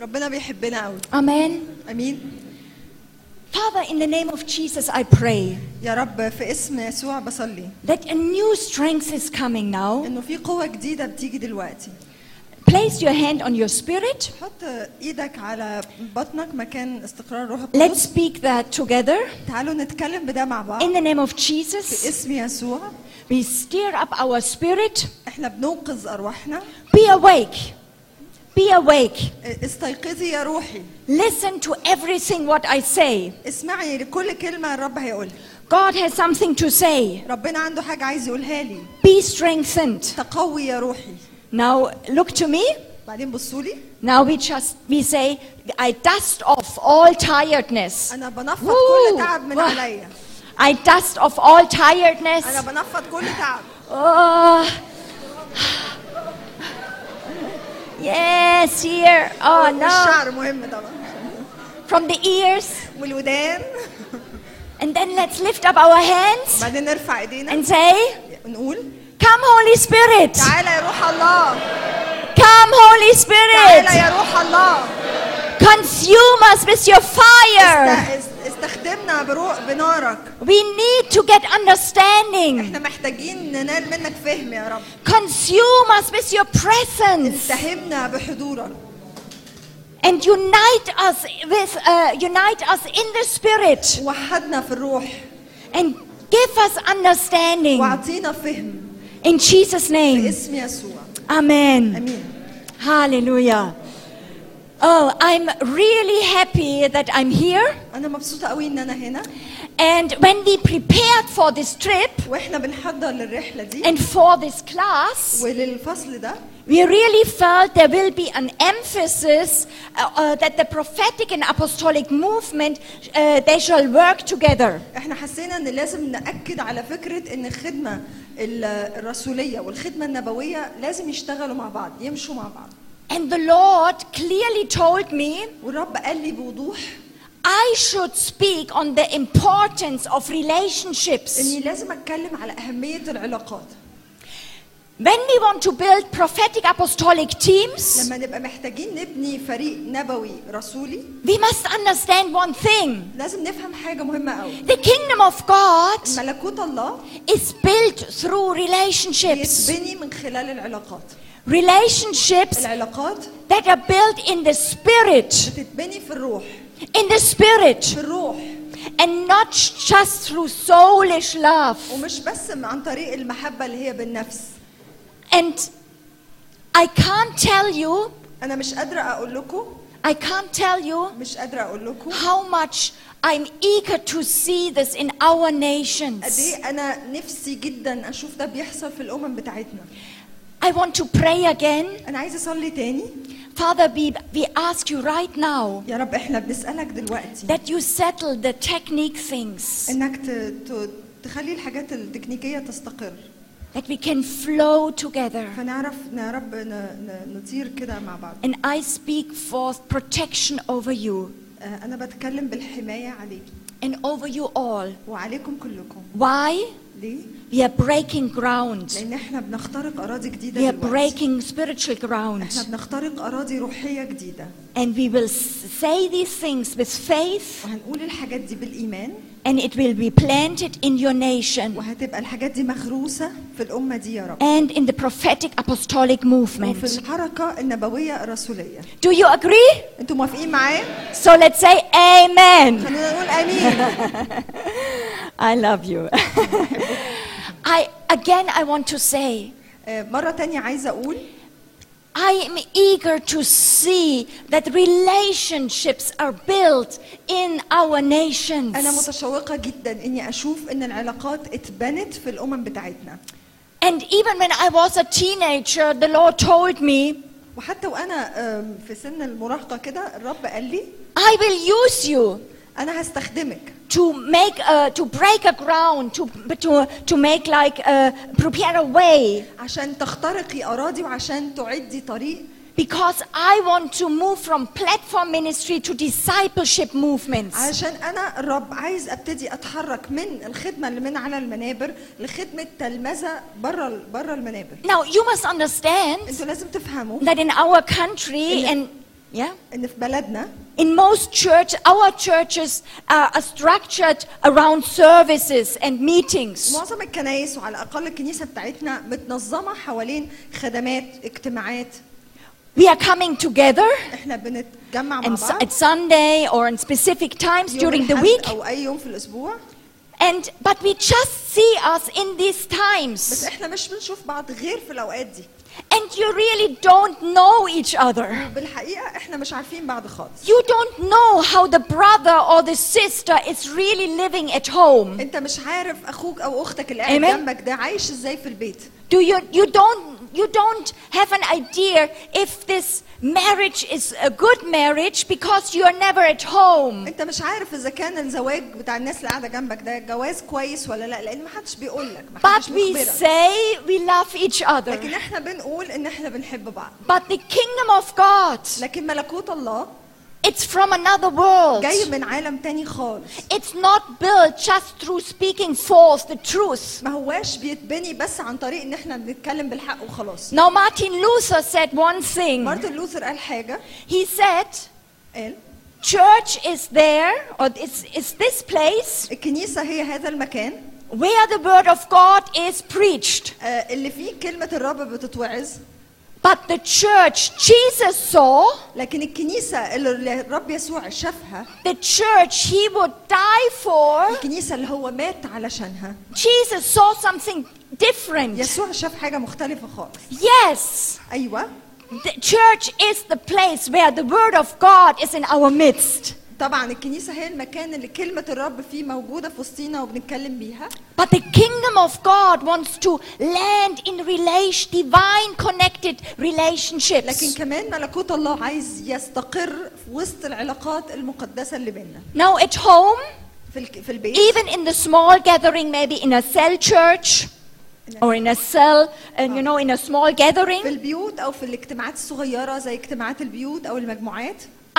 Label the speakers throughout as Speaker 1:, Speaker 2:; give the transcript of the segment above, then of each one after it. Speaker 1: ربنا بيحبنا قوي
Speaker 2: Amen.
Speaker 1: امين
Speaker 2: Father, in the name of Jesus, I pray
Speaker 1: يا رب في اسم يسوع بصلي
Speaker 2: that a new strength is coming now.
Speaker 1: انه في قوه جديده بتيجي دلوقتي
Speaker 2: Place your hand on your spirit.
Speaker 1: حط ايدك على بطنك مكان استقرار روح
Speaker 2: Let's
Speaker 1: القدس
Speaker 2: speak that together.
Speaker 1: تعالوا نتكلم بده مع بعض
Speaker 2: In the name of
Speaker 1: في
Speaker 2: Jesus,
Speaker 1: اسم يسوع
Speaker 2: we stir up our spirit.
Speaker 1: احنا بنوقظ ارواحنا
Speaker 2: Be awake. Be awake.
Speaker 1: استيقظي يا روحي
Speaker 2: Listen to everything what I say.
Speaker 1: اسمعي لكل كلمه الرب هيقولها
Speaker 2: God has something to say.
Speaker 1: ربنا عنده حاجه عايز يقولها لي
Speaker 2: Be strengthened.
Speaker 1: تقوي يا روحي
Speaker 2: Now look to me.
Speaker 1: بعدين بصوا لي
Speaker 2: Now we just we say I dust off all tiredness.
Speaker 1: انا بنفض
Speaker 2: Woo!
Speaker 1: كل تعب من
Speaker 2: Wow.
Speaker 1: عليا
Speaker 2: I dust off all
Speaker 1: انا
Speaker 2: tiredness.
Speaker 1: بنفض كل تعب
Speaker 2: Oh. Yes, here. Oh no.
Speaker 1: والشعر مهم طبعا
Speaker 2: From the ears.
Speaker 1: والودان
Speaker 2: And then let's lift up our hands
Speaker 1: بعدين نرفع ايدينا
Speaker 2: and say,
Speaker 1: نقول
Speaker 2: Come Holy Spirit.
Speaker 1: تعالى يا روح الله
Speaker 2: Come Holy
Speaker 1: تعالى
Speaker 2: Spirit.
Speaker 1: يا روح الله
Speaker 2: Consume us with your fire.
Speaker 1: است- است- استخدمنا بروح بنارك
Speaker 2: We need to get understanding.
Speaker 1: احنا محتاجين ننال منك فهم يا رب
Speaker 2: Consume us with your presence.
Speaker 1: التهمنا بحضورك
Speaker 2: and unite us with uh, unite us in the spirit
Speaker 1: وحدنا في الروح
Speaker 2: and give us understanding
Speaker 1: واعطينا فهم
Speaker 2: in jesus
Speaker 1: في
Speaker 2: name
Speaker 1: اسم يسوع
Speaker 2: amen
Speaker 1: امين
Speaker 2: hallelujah oh i'm really happy that i'm here
Speaker 1: انا مبسوطه قوي ان انا هنا
Speaker 2: and when we prepared for this trip
Speaker 1: واحنا بنحضر للرحله دي
Speaker 2: and for this class
Speaker 1: وللفصل ده
Speaker 2: we really felt there will be an emphasis uh, uh, that the prophetic and apostolic movement uh, they shall work together
Speaker 1: احنا حسينا ان لازم ناكد على فكره ان الخدمه ال- الرسوليه والخدمه النبويه لازم يشتغلوا مع بعض يمشوا مع بعض
Speaker 2: and the lord clearly told me
Speaker 1: والرب قال لي بوضوح
Speaker 2: I should speak on the importance of relationships.
Speaker 1: اني لازم اتكلم على اهميه العلاقات
Speaker 2: When we want to build prophetic apostolic teams,
Speaker 1: لما نبقى محتاجين نبني فريق نبوي رسولي
Speaker 2: we must understand one thing.
Speaker 1: لازم نفهم حاجه مهمه قوي
Speaker 2: The kingdom of God
Speaker 1: ملكوت الله
Speaker 2: is built through relationships.
Speaker 1: بيتبني من خلال العلاقات
Speaker 2: Relationships
Speaker 1: العلاقات
Speaker 2: that are built in the spirit,
Speaker 1: بتتبني في الروح
Speaker 2: in the
Speaker 1: في
Speaker 2: spirit,
Speaker 1: الروح
Speaker 2: and not just through soulish love.
Speaker 1: ومش بس عن طريق المحبه اللي هي بالنفس
Speaker 2: And I can't tell you,
Speaker 1: انا مش قادره اقول لكم
Speaker 2: I can't tell you
Speaker 1: مش قادره اقول لكم
Speaker 2: how much I'm eager to see this in our
Speaker 1: قد
Speaker 2: nations.
Speaker 1: ايه انا نفسي جدا اشوف ده بيحصل في الامم بتاعتنا
Speaker 2: I want to pray again.
Speaker 1: انا عايزه اصلي تاني
Speaker 2: Father, we, we ask you right now
Speaker 1: يا رب احنا بنسالك دلوقتي
Speaker 2: that you settle the technique things,
Speaker 1: انك ت... ت... تخلي الحاجات التكنيكيه تستقر
Speaker 2: that we can flow together.
Speaker 1: فنعرف يا رب ن... ن... نطير كده مع بعض
Speaker 2: And I speak forth protection over you
Speaker 1: آه، انا بتكلم بالحمايه عليك
Speaker 2: and over you all.
Speaker 1: وعليكم كلكم
Speaker 2: Why?
Speaker 1: ليه
Speaker 2: We are breaking ground.
Speaker 1: لان احنا بنخترق اراضي جديده
Speaker 2: We are
Speaker 1: دلوقتي
Speaker 2: breaking spiritual
Speaker 1: احنا
Speaker 2: ground.
Speaker 1: بنخترق اراضي روحيه جديده
Speaker 2: And we will s- say these things with faith,
Speaker 1: وهنقول الحاجات دي بالايمان
Speaker 2: and it will be planted in your nation.
Speaker 1: وهتبقى الحاجات دي مغروسه في الامه دي يا رب
Speaker 2: and in the prophetic
Speaker 1: وفي
Speaker 2: apostolic movement.
Speaker 1: الحركه النبويه الرسوليه
Speaker 2: Do you agree?
Speaker 1: انتوا موافقين معايا
Speaker 2: So let's say amen.
Speaker 1: خلينا نقول امين
Speaker 2: I love you. I again I want to say
Speaker 1: آه، مره تانية عايزه اقول
Speaker 2: I am eager to see that relationships are built in our
Speaker 1: انا
Speaker 2: nations.
Speaker 1: متشوقه جدا اني اشوف ان العلاقات اتبنت في الامم بتاعتنا
Speaker 2: And even when I was a teenager, the Lord told me,
Speaker 1: وحتى وانا آم، في سن المراهقه كده الرب قال لي
Speaker 2: I will use you
Speaker 1: انا هستخدمك
Speaker 2: to make a, to break a ground, to to, to make like uh, prepare a way.
Speaker 1: عشان تخترقي اراضي وعشان تعدي طريق
Speaker 2: Because I want to move from platform ministry to discipleship movements.
Speaker 1: عشان انا الرب عايز ابتدي اتحرك من الخدمه اللي من على المنابر لخدمه تلمذه بره بره المنابر
Speaker 2: Now, you must understand
Speaker 1: انتوا لازم تفهموا
Speaker 2: that in our
Speaker 1: In
Speaker 2: country
Speaker 1: the-
Speaker 2: and Yeah?
Speaker 1: ان في بلدنا
Speaker 2: In most church, our churches uh, are structured around services and meetings.
Speaker 1: معظم الكنايس وعلى الاقل الكنيسه بتاعتنا متنظمه حوالين خدمات اجتماعات
Speaker 2: We are coming together
Speaker 1: احنا بنتجمع مع
Speaker 2: and su-
Speaker 1: بعض
Speaker 2: at Sunday or in specific times
Speaker 1: يوم
Speaker 2: during the
Speaker 1: الأحد
Speaker 2: week.
Speaker 1: او اي يوم في الاسبوع
Speaker 2: And but we just see us in these
Speaker 1: بس
Speaker 2: times,
Speaker 1: احنا مش بنشوف بعض غير في الاوقات دي
Speaker 2: and you really don't know each other.
Speaker 1: بالحقيقه احنا مش عارفين بعض خالص
Speaker 2: You don't know how the brother or the sister is really living at home.
Speaker 1: انت مش عارف اخوك او اختك اللي قاعد
Speaker 2: Amen.
Speaker 1: جنبك ده عايش ازاي في البيت
Speaker 2: Do you you don't you don't have an idea if this marriage is a good marriage because you are never at home.
Speaker 1: انت مش عارف اذا كان الزواج بتاع الناس اللي قاعده جنبك ده جواز كويس ولا لا لان محدش بيقول لك
Speaker 2: But
Speaker 1: محدش
Speaker 2: we
Speaker 1: بيخبرك
Speaker 2: say we love each other.
Speaker 1: لكن احنا بنقول ان احنا بنحب بعض
Speaker 2: But the kingdom of God,
Speaker 1: لكن ملكوت الله
Speaker 2: it's from another world.
Speaker 1: جاي من عالم تاني خالص
Speaker 2: It's not built just through speaking forth the truth.
Speaker 1: ما هواش بيتبني بس عن طريق ان احنا بنتكلم بالحق وخلاص
Speaker 2: Now, Martin Luther said one thing.
Speaker 1: مارتن لوثر قال حاجه
Speaker 2: He said,
Speaker 1: قال
Speaker 2: Church is there, or it's, it's this place
Speaker 1: الكنيسه هي هذا المكان
Speaker 2: where the word of God is preached.
Speaker 1: آه، اللي فيه كلمه الرب بتتوعظ
Speaker 2: But the church Jesus saw,
Speaker 1: لكن الكنيسه اللي الرب يسوع شافها
Speaker 2: the church he would die for,
Speaker 1: الكنيسه اللي هو مات علشانها
Speaker 2: Jesus saw something different.
Speaker 1: يسوع شاف حاجه مختلفه خالص
Speaker 2: Yes,
Speaker 1: ايوه
Speaker 2: the church is the place where the word of God is in our midst.
Speaker 1: طبعا الكنيسه هي المكان اللي كلمه الرب فيه موجوده في وسطينا وبنتكلم بيها
Speaker 2: But the kingdom of God wants to land in relation, divine connected
Speaker 1: لكن
Speaker 2: relationships.
Speaker 1: كمان ملكوت الله عايز يستقر في وسط العلاقات المقدسه اللي بيننا
Speaker 2: Now at home,
Speaker 1: في الك- في البيت
Speaker 2: even in the small gathering, maybe in a cell church or in a Ah. cell, and you know, in a
Speaker 1: في
Speaker 2: small gathering,
Speaker 1: البيوت او في الاجتماعات الصغيره زي اجتماعات البيوت او المجموعات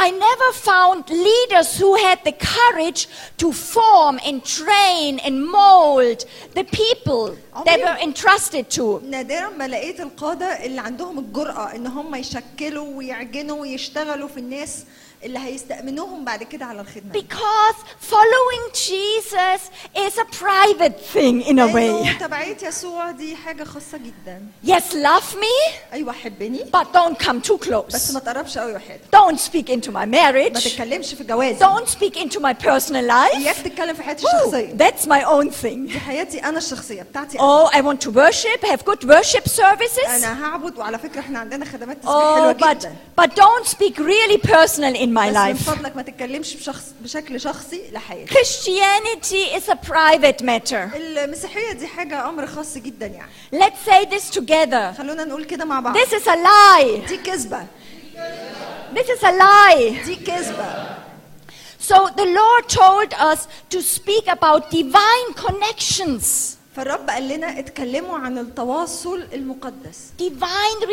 Speaker 2: I never found leaders who had the courage to form and train and mold the people they were entrusted to.
Speaker 1: نادرا ما لقيت القاده اللي عندهم الجرأه ان هم يشكلوا ويعجنوا ويشتغلوا في الناس اللي هيستأمنوهم بعد كده على الخدمه دي.
Speaker 2: Because following Jesus is a private thing in a way.
Speaker 1: لأنه تبعية يسوع دي حاجة خاصة جدا
Speaker 2: Yes, love me,
Speaker 1: أيوة حبني
Speaker 2: but don't come too
Speaker 1: بس
Speaker 2: close.
Speaker 1: ما تقربش قوي واحد
Speaker 2: Don't speak into my
Speaker 1: ما
Speaker 2: marriage.
Speaker 1: تتكلمش في جوازي
Speaker 2: Don't speak into my personal
Speaker 1: إياك
Speaker 2: life.
Speaker 1: تتكلم في حياتي
Speaker 2: Whew,
Speaker 1: الشخصية
Speaker 2: that's my own thing.
Speaker 1: دي حياتي أنا الشخصية بتاعتي أنا.
Speaker 2: Oh, I want to worship, have good worship services.
Speaker 1: أنا هعبد وعلى فكرة إحنا عندنا خدمات
Speaker 2: Oh,
Speaker 1: تسبيح حلوة
Speaker 2: but
Speaker 1: جدا
Speaker 2: but don't speak really personal in my
Speaker 1: بس من
Speaker 2: life.
Speaker 1: فضلك ما تتكلمش بشخص بشكل شخصي لحياتي
Speaker 2: Christianity is a private matter.
Speaker 1: المسيحية دي حاجة أمر خاص جدا يعني
Speaker 2: Let's say this together.
Speaker 1: خلونا نقول كده مع بعض
Speaker 2: This is a lie.
Speaker 1: دي كذبة
Speaker 2: This is a lie.
Speaker 1: دي كذبة
Speaker 2: So the Lord told us to speak about divine connections,
Speaker 1: فالرب قال لنا اتكلموا عن التواصل المقدس
Speaker 2: divine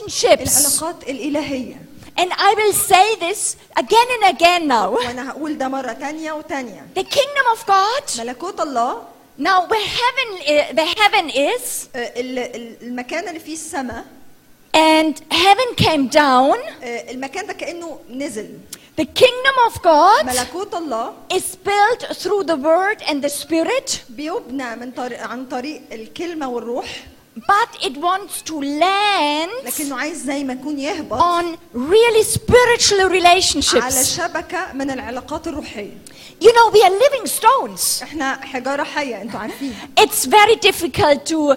Speaker 2: relationships.
Speaker 1: العلاقات الإلهية
Speaker 2: And I will say this again and again now.
Speaker 1: وانا هقول ده مره تانية وتانية
Speaker 2: The kingdom of God,
Speaker 1: ملكوت الله
Speaker 2: now where heaven, i- where heaven is,
Speaker 1: آه، ال- ال- المكان اللي فيه السماء
Speaker 2: and heaven came down,
Speaker 1: آه، المكان ده كانه نزل
Speaker 2: the kingdom of God
Speaker 1: ملكوت الله
Speaker 2: is built through the word and the spirit,
Speaker 1: بيبنى من طريق عن طريق الكلمه والروح
Speaker 2: but it wants to land
Speaker 1: لكنه عايز زي ما يكون يهبط
Speaker 2: on really spiritual
Speaker 1: على
Speaker 2: relationships.
Speaker 1: شبكه من العلاقات الروحيه
Speaker 2: You know, we are living stones.
Speaker 1: احنا حجاره حيه انتوا عارفين
Speaker 2: It's very difficult to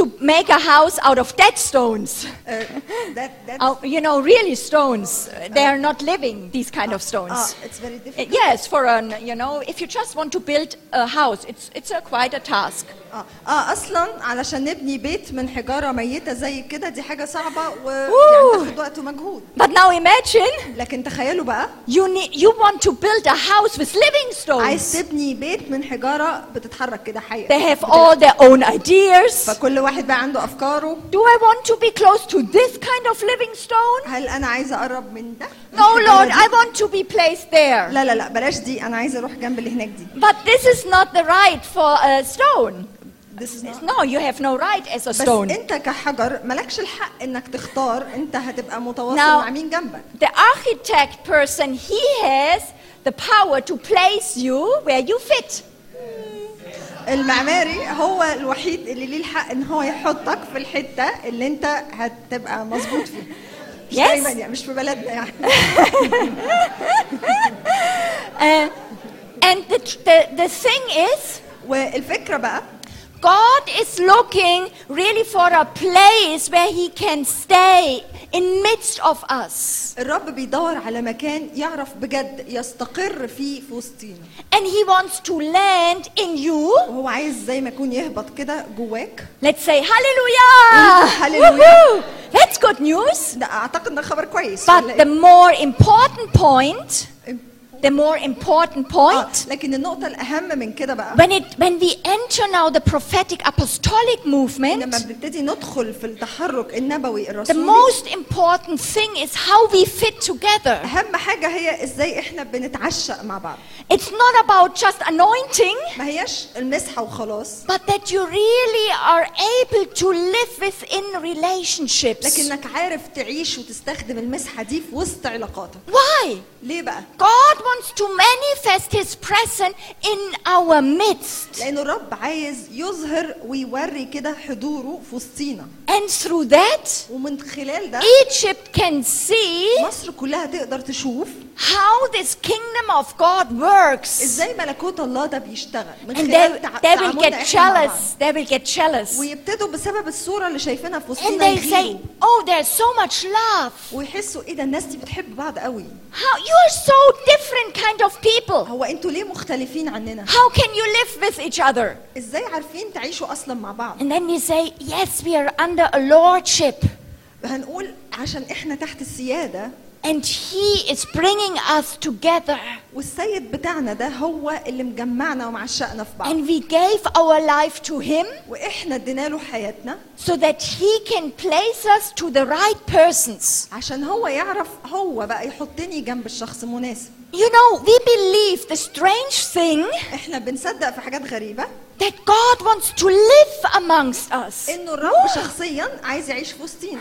Speaker 2: to make a house out of dead stones.
Speaker 1: آه، that- that-
Speaker 2: Oh, you know, really stones. They are not living these kind of
Speaker 1: اه
Speaker 2: stones.
Speaker 1: it's very
Speaker 2: Uh,
Speaker 1: difficult
Speaker 2: Yes, for an you know, if you just want to build a house, it's it's a quite a task.
Speaker 1: اه اه اصلا علشان نبني بيت من حجاره ميته زي كده دي حاجه صعبه
Speaker 2: Woo!
Speaker 1: ويعني يعني تاخد وقت ومجهود
Speaker 2: But now imagine
Speaker 1: لكن تخيلوا بقى
Speaker 2: you need you want to build a house with living
Speaker 1: عايز
Speaker 2: stones.
Speaker 1: تبني بيت من حجاره بتتحرك كده حقيقة
Speaker 2: They have all their own ideas.
Speaker 1: فكل واحد بقى عنده افكاره
Speaker 2: Do I want to be close to this kind of living stone?
Speaker 1: هل انا عايزه اقرب من ده
Speaker 2: No,
Speaker 1: من الحجارة
Speaker 2: Lord,
Speaker 1: دي؟
Speaker 2: I want to be placed there.
Speaker 1: لا لا لا بلاش دي انا عايزه اروح جنب اللي هناك دي
Speaker 2: But this is not the right for a stone.
Speaker 1: ده- This is not.
Speaker 2: No, you have no right as a
Speaker 1: بس
Speaker 2: stone.
Speaker 1: انت كحجر مالكش الحق انك تختار انت هتبقى متواصل
Speaker 2: Now-
Speaker 1: مع مين جنبك
Speaker 2: The architect person, he has the power to place you where you fit.
Speaker 1: المعماري هو الوحيد اللي ليه الحق ان هو يحطك في الحته اللي انت هتبقى مظبوط فيها مش
Speaker 2: Yes.
Speaker 1: دايما يعني مش في بلدنا يعني
Speaker 2: Uh, and the, tr- the, the thing is,
Speaker 1: والفكره بقى
Speaker 2: God is looking really for a place where he can stay in midst of us.
Speaker 1: الرب بيدور على مكان يعرف بجد يستقر فيه في وسطينا
Speaker 2: And he wants to land in you.
Speaker 1: وهو عايز زي ما يكون يهبط كده جواك
Speaker 2: Let's say hallelujah.
Speaker 1: Hallelujah.
Speaker 2: Woohoo! That's good news.
Speaker 1: ده اعتقد ده خبر كويس ولا
Speaker 2: But the
Speaker 1: إيه؟
Speaker 2: more important point, the more important
Speaker 1: آه،
Speaker 2: point
Speaker 1: لكن النقطه الاهم من كده بقى
Speaker 2: When it when we enter now the prophetic apostolic
Speaker 1: لما
Speaker 2: movement,
Speaker 1: بنبتدي ندخل في التحرك النبوي
Speaker 2: the
Speaker 1: الرسولي
Speaker 2: most important thing is how we fit together.
Speaker 1: اهم حاجه هي ازاي احنا بنتعشق مع بعض
Speaker 2: It's not about just anointing,
Speaker 1: ما هياش المسحه وخلاص
Speaker 2: but that you really are able to live within relationships.
Speaker 1: لكنك عارف تعيش وتستخدم المسحه دي في وسط علاقاتك
Speaker 2: Why?
Speaker 1: ليه بقى
Speaker 2: God wants to manifest his presence in our midst.
Speaker 1: لان الرب عايز يظهر ويوري كده حضوره في وسطينا
Speaker 2: And through that,
Speaker 1: ومن خلال ده
Speaker 2: Egypt can see
Speaker 1: مصر كلها تقدر تشوف
Speaker 2: how this kingdom of God works.
Speaker 1: ازاي ملكوت الله ده بيشتغل من
Speaker 2: And they,
Speaker 1: خلال تع-
Speaker 2: they will
Speaker 1: تعاملنا
Speaker 2: get
Speaker 1: إحنا مع بعض.
Speaker 2: jealous. They will get jealous.
Speaker 1: ويبتدوا بسبب الصوره اللي شايفينها في
Speaker 2: And
Speaker 1: وسطينا
Speaker 2: they say,
Speaker 1: يغيروا
Speaker 2: Oh, there's so much love.
Speaker 1: ويحسوا ايه ده الناس دي بتحب بعض قوي
Speaker 2: How you are so different kind of people.
Speaker 1: هو انتوا ليه مختلفين عننا
Speaker 2: How can you live with each other?
Speaker 1: ازاي عارفين تعيشوا اصلا مع بعض
Speaker 2: And then you say, Yes, we are under a lordship.
Speaker 1: هنقول عشان احنا تحت السياده
Speaker 2: And he is bringing us together.
Speaker 1: والسيد بتاعنا ده هو اللي مجمعنا ومعشقنا في بعض
Speaker 2: And we gave our life to him
Speaker 1: واحنا ادينا له حياتنا
Speaker 2: so that he can place us to the right persons.
Speaker 1: عشان هو يعرف هو بقى يحطني جنب الشخص المناسب
Speaker 2: You know, we believe the strange thing
Speaker 1: احنا بنصدق في حاجات غريبه
Speaker 2: that God wants to live amongst us.
Speaker 1: انه الرب شخصيا عايز يعيش في وسطينا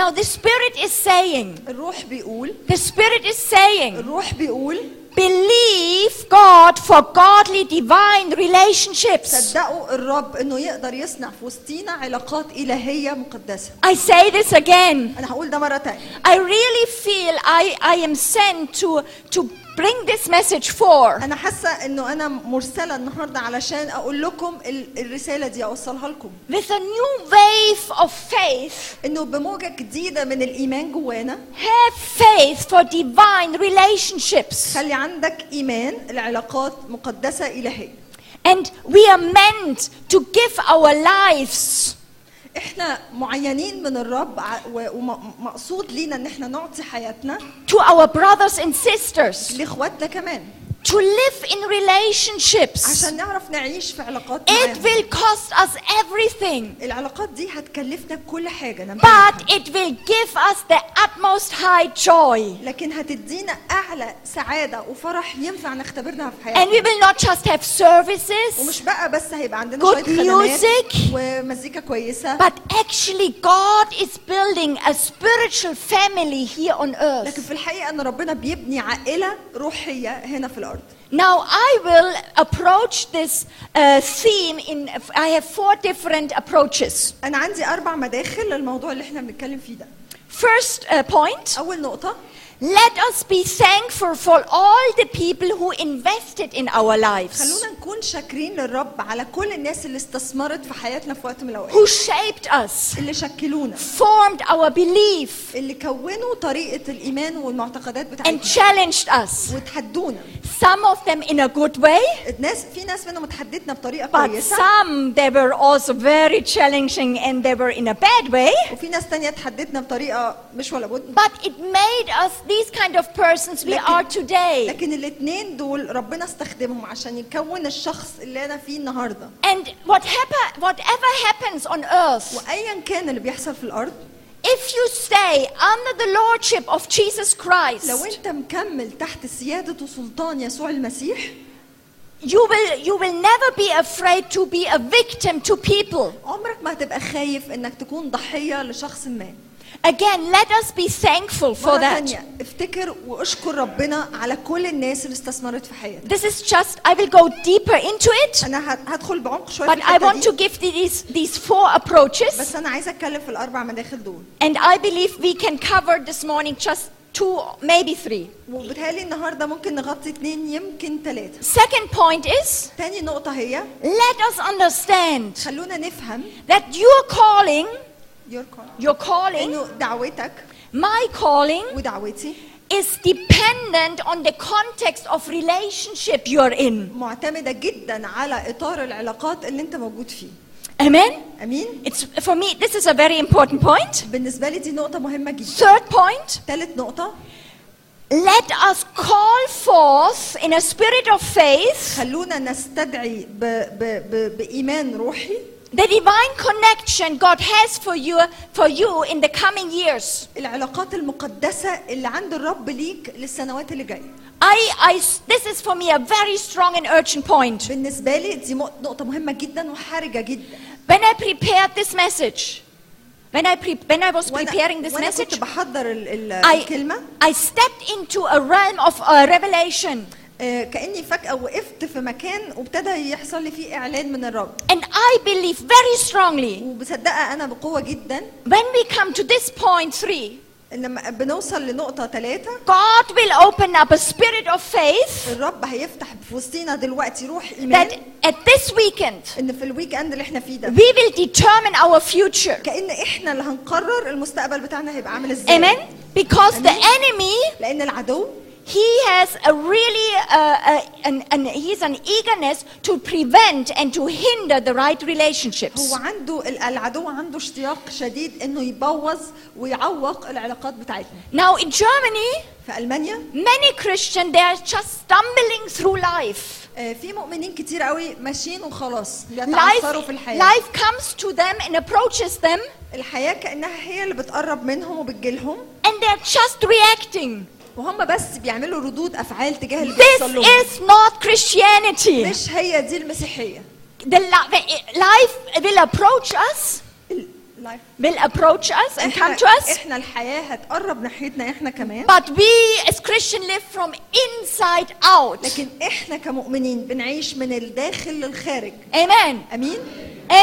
Speaker 2: Now the Spirit is saying,
Speaker 1: الروح بيقول
Speaker 2: the Spirit is saying,
Speaker 1: الروح بيقول
Speaker 2: believe God for godly divine relationships.
Speaker 1: صدقوا الرب انه يقدر يصنع في وسطينا علاقات الهيه مقدسه
Speaker 2: I say this again.
Speaker 1: انا هقول ده مره تانية
Speaker 2: I really feel I, I am sent to, to bring this message for.
Speaker 1: انا حاسه انه انا مرسله النهارده علشان اقول لكم ال- الرساله دي اوصلها لكم
Speaker 2: With a new wave of faith.
Speaker 1: انه بموجه جديده من الايمان جوانا
Speaker 2: Have faith for divine relationships.
Speaker 1: خلي عندك ايمان لعلاقات مقدسه الهيه
Speaker 2: And we are meant to give our lives
Speaker 1: احنا معينين من الرب ع- و- ومقصود لينا ان احنا نعطي حياتنا
Speaker 2: to our brothers and sisters.
Speaker 1: لاخواتنا كمان
Speaker 2: To live in relationships.
Speaker 1: عشان نعرف نعيش في علاقات
Speaker 2: It
Speaker 1: معاهم.
Speaker 2: will cost us everything,
Speaker 1: العلاقات دي هتكلفنا بكل حاجه نمتلكها.
Speaker 2: but it will give us the utmost high joy.
Speaker 1: لكن هتدينا اعلى سعاده وفرح ينفع نختبرنا في
Speaker 2: And we
Speaker 1: حياتنا
Speaker 2: will not just have
Speaker 1: ومش
Speaker 2: services,
Speaker 1: بقى بس هيبقى عندنا
Speaker 2: Good
Speaker 1: شويه خدمات
Speaker 2: music.
Speaker 1: ومزيكا كويسه
Speaker 2: but actually, God is building a spiritual family here on
Speaker 1: لكن
Speaker 2: earth.
Speaker 1: في الحقيقه ان ربنا بيبني عائله روحيه هنا في الارض
Speaker 2: Now, I will approach this uh, theme in, I have four different approaches.
Speaker 1: انا عندي اربع مداخل للموضوع اللي احنا بنتكلم فيه ده
Speaker 2: First uh, point
Speaker 1: اول نقطه
Speaker 2: let us be thankful for all the people who invested in our lives,
Speaker 1: خلونا نكون شاكرين للرب على كل الناس اللي استثمرت في حياتنا في وقت من الاوقات
Speaker 2: who shaped us.
Speaker 1: اللي شكلونا
Speaker 2: formed our belief
Speaker 1: اللي كونوا طريقه الايمان والمعتقدات
Speaker 2: and
Speaker 1: بتاعتنا
Speaker 2: challenged us.
Speaker 1: وتحدونا
Speaker 2: Some of them in a good way,
Speaker 1: الناس في ناس منهم اتحدتنا بطريقه
Speaker 2: but
Speaker 1: كويسه
Speaker 2: some they were also very challenging and they were in a bad way.
Speaker 1: وفي ناس تانية اتحدتنا بطريقه مش ولا بد
Speaker 2: But it made us these kind of persons we
Speaker 1: Lekin-
Speaker 2: are today.
Speaker 1: لكن الاثنين دول ربنا استخدمهم عشان يكون الشخص اللي انا فيه النهارده
Speaker 2: And what happen, whatever happens on earth,
Speaker 1: وايا كان اللي بيحصل في الارض
Speaker 2: if you stay under the lordship of Jesus
Speaker 1: لو
Speaker 2: Christ,
Speaker 1: انت مكمل تحت سياده وسلطان يسوع المسيح
Speaker 2: You will, you will never be afraid to be a victim to people.
Speaker 1: عمرك ما هتبقى خايف انك تكون ضحيه لشخص ما
Speaker 2: Again, let us be thankful for
Speaker 1: مرة
Speaker 2: that.
Speaker 1: تانية افتكر واشكر ربنا على كل الناس اللي استثمرت في حياتك
Speaker 2: This is just, I will go deeper into it,
Speaker 1: انا هت- هدخل بعمق شويه في
Speaker 2: but I
Speaker 1: الحتة
Speaker 2: want
Speaker 1: دي،
Speaker 2: to give these, these four approaches.
Speaker 1: بس انا عايزه اتكلم في الاربع مداخل دول
Speaker 2: And I believe we can cover this morning just two, maybe three.
Speaker 1: وبتهيألي النهارده ممكن نغطي اتنين يمكن تلاته
Speaker 2: Second point is
Speaker 1: تاني نقطه هي
Speaker 2: let us understand
Speaker 1: خلونا نفهم
Speaker 2: that your calling,
Speaker 1: your call
Speaker 2: your calling,
Speaker 1: انه دعوتك
Speaker 2: my calling
Speaker 1: ودعوتي
Speaker 2: is dependent on the context of relationship you're in.
Speaker 1: معتمده جدا على اطار العلاقات اللي انت موجود فيه
Speaker 2: Amen?
Speaker 1: امين
Speaker 2: It's for me this is a very important point.
Speaker 1: بالنسبه لي دي نقطه مهمه جدا
Speaker 2: Third point,
Speaker 1: ثالث نقطه
Speaker 2: let us call forth in a spirit of faith
Speaker 1: خلونا نستدعي ب... ب... ب... بايمان روحي
Speaker 2: the divine connection God has for you for you in the coming years.
Speaker 1: العلاقات المقدسه اللي عند الرب ليك للسنوات اللي جايه
Speaker 2: I, I, this is for me a very strong and urgent point.
Speaker 1: بالنسبه لي دي مو- نقطه مهمه جدا وحرجه جدا
Speaker 2: When I prepared this message, when I, pre- when I was
Speaker 1: وانا,
Speaker 2: preparing this
Speaker 1: وأنا كنت
Speaker 2: message,
Speaker 1: بحضر ال... ال...
Speaker 2: I,
Speaker 1: الكلمه
Speaker 2: I stepped into a realm of uh, revelation.
Speaker 1: آه، كاني فجاه وقفت في مكان وابتدى يحصل لي فيه اعلان من الرب
Speaker 2: And I believe very strongly
Speaker 1: وبصدقها انا بقوه جدا
Speaker 2: when we come to this point three,
Speaker 1: ان لما بنوصل لنقطه ثلاثه
Speaker 2: God will open up a spirit of faith
Speaker 1: الرب هيفتح في وسطينا دلوقتي روح
Speaker 2: that
Speaker 1: ايمان
Speaker 2: at this weekend
Speaker 1: ان في الويك اند اللي احنا فيه ده
Speaker 2: we will determine our future.
Speaker 1: كان احنا اللي هنقرر المستقبل بتاعنا هيبقى عامل ازاي
Speaker 2: Amen? Because the enemy
Speaker 1: لان العدو
Speaker 2: He has a really, uh, uh, an, an, he's an eagerness to prevent and to hinder the right relationships.
Speaker 1: هو عنده ال- العدو عنده اشتياق شديد انه يبوظ ويعوق العلاقات بتاعتنا
Speaker 2: Now in Germany,
Speaker 1: في المانيا
Speaker 2: many Christians, they are just stumbling through life.
Speaker 1: آه، في مؤمنين كتير قوي ماشيين وخلاص
Speaker 2: Life,
Speaker 1: بيتعثروا في الحياه
Speaker 2: life comes to them and approaches them,
Speaker 1: الحياه كانها هي اللي بتقرب منهم وبتجيلهم
Speaker 2: and they're just reacting.
Speaker 1: وهم بس بيعملوا ردود افعال تجاه اللي
Speaker 2: This
Speaker 1: بيحصل لهم
Speaker 2: is not Christianity.
Speaker 1: مش هي دي المسيحيه
Speaker 2: The li- life will approach us,
Speaker 1: ال- life
Speaker 2: will approach us and come to
Speaker 1: احنا,
Speaker 2: us.
Speaker 1: احنا الحياه هتقرب ناحيتنا احنا كمان
Speaker 2: But we as Christians live from inside out.
Speaker 1: لكن احنا كمؤمنين بنعيش من الداخل للخارج
Speaker 2: Amen.
Speaker 1: امين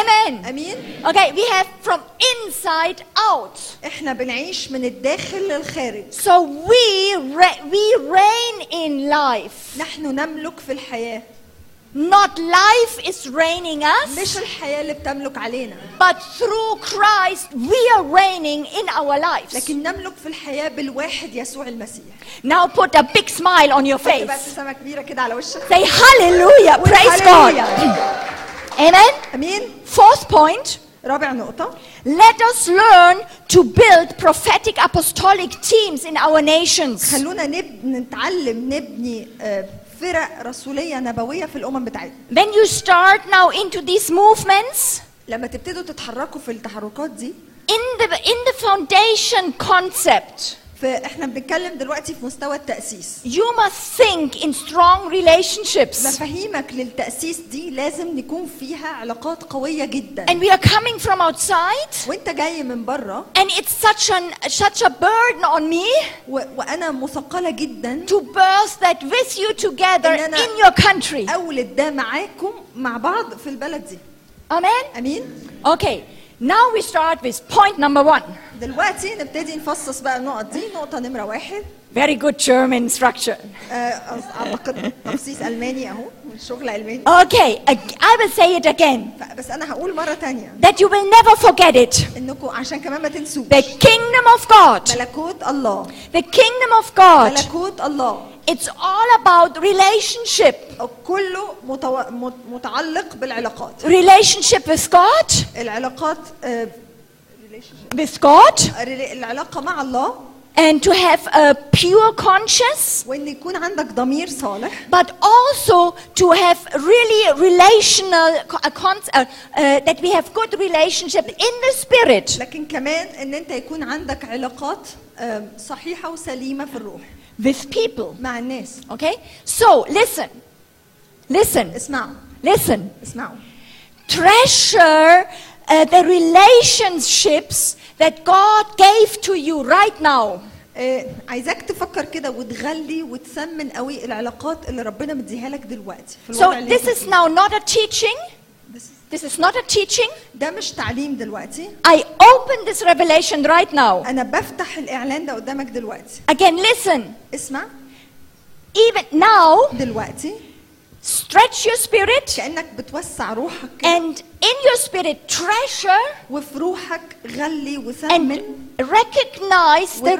Speaker 2: Amen.
Speaker 1: امين
Speaker 2: Okay, we have from inside out.
Speaker 1: احنا بنعيش من الداخل للخارج
Speaker 2: So we re- we reign in life.
Speaker 1: نحن نملك في الحياه
Speaker 2: Not life is reigning
Speaker 1: مش
Speaker 2: us,
Speaker 1: الحياه اللي بتملك علينا
Speaker 2: but through Christ we are reigning in our lives.
Speaker 1: لكن نملك في الحياه بالواحد يسوع المسيح
Speaker 2: Now put a big smile on your
Speaker 1: حط بقى
Speaker 2: face.
Speaker 1: ابتسامه كبيره كده على وشك
Speaker 2: Say hallelujah.
Speaker 1: قول
Speaker 2: Praise God.
Speaker 1: هللويا.
Speaker 2: Amen.
Speaker 1: امين
Speaker 2: Fourth point,
Speaker 1: رابع نقطه
Speaker 2: let us learn to build prophetic apostolic teams in our nations.
Speaker 1: خلونا نب... نتعلم نبني آه، فرق رسوليه نبويه في الامم بتاعتنا
Speaker 2: When you start now into these movements,
Speaker 1: لما تبتدوا تتحركوا في التحركات دي
Speaker 2: in the, in the foundation concept,
Speaker 1: فاحنا بنتكلم دلوقتي في مستوى التاسيس
Speaker 2: you must think in strong relationships.
Speaker 1: مفاهيمك للتأسيس دي لازم يكون فيها علاقات قوية جدا
Speaker 2: And we are coming from outside,
Speaker 1: وانت جاي من بره
Speaker 2: and it's such, an, such a burden on me
Speaker 1: و... وانا مثقلة جدا
Speaker 2: to birth that with you together
Speaker 1: إن أنا-
Speaker 2: in your country.
Speaker 1: اولد ده معاكم مع بعض في البلد دي
Speaker 2: Amen?
Speaker 1: امين
Speaker 2: Okay, now we start with point number one.
Speaker 1: دلوقتي نبتدي نفصص بقى النقط دي نقطة نمرة واحد
Speaker 2: Very good German structure.
Speaker 1: آه، أص- اعتقد تخصيص الماني اهو شغل الماني
Speaker 2: Okay, ag- I will say it again
Speaker 1: ف- بس انا هقول مرة تانية
Speaker 2: that you will never forget it.
Speaker 1: انكم عشان كمان ما تنسوش
Speaker 2: The kingdom of God.
Speaker 1: ملكوت الله
Speaker 2: The kingdom of God,
Speaker 1: ملكوت الله
Speaker 2: it's all about relationship.
Speaker 1: كله متو... مت- متعلق بالعلاقات
Speaker 2: Relationship with God,
Speaker 1: العلاقات آه، relationship.
Speaker 2: with God,
Speaker 1: الرلا- العلاقة مع الله
Speaker 2: and to have a pure conscience,
Speaker 1: وإن يكون عندك ضمير صالح
Speaker 2: but also to have really relational, co- a con- uh, uh, that we have good relationship in the spirit.
Speaker 1: لكن كمان إن أنت يكون عندك علاقات آم، صحيحة وسليمة في الروح
Speaker 2: With people,
Speaker 1: مع الناس
Speaker 2: okay? So, listen. Listen,
Speaker 1: اسمعوا
Speaker 2: listen.
Speaker 1: اسمعوا
Speaker 2: Treasure uh, the relationships that God gave to you right now.
Speaker 1: آه، عايزاك تفكر كده وتغلي وتسمن قوي العلاقات اللي ربنا مديها لك دلوقتي في الوضع
Speaker 2: So
Speaker 1: اللي
Speaker 2: this
Speaker 1: أنت
Speaker 2: is now not a teaching.
Speaker 1: فيه. This-
Speaker 2: This is not a teaching.
Speaker 1: ده مش تعليم دلوقتي
Speaker 2: I open this revelation right now.
Speaker 1: انا بفتح الاعلان ده قدامك دلوقتي
Speaker 2: Again, listen.
Speaker 1: اسمع
Speaker 2: Even now,
Speaker 1: دلوقتي
Speaker 2: stretch your spirit
Speaker 1: كانك بتوسع روحك كده
Speaker 2: and in your spirit treasure
Speaker 1: وفي روحك غلي وسمن
Speaker 2: and recognize the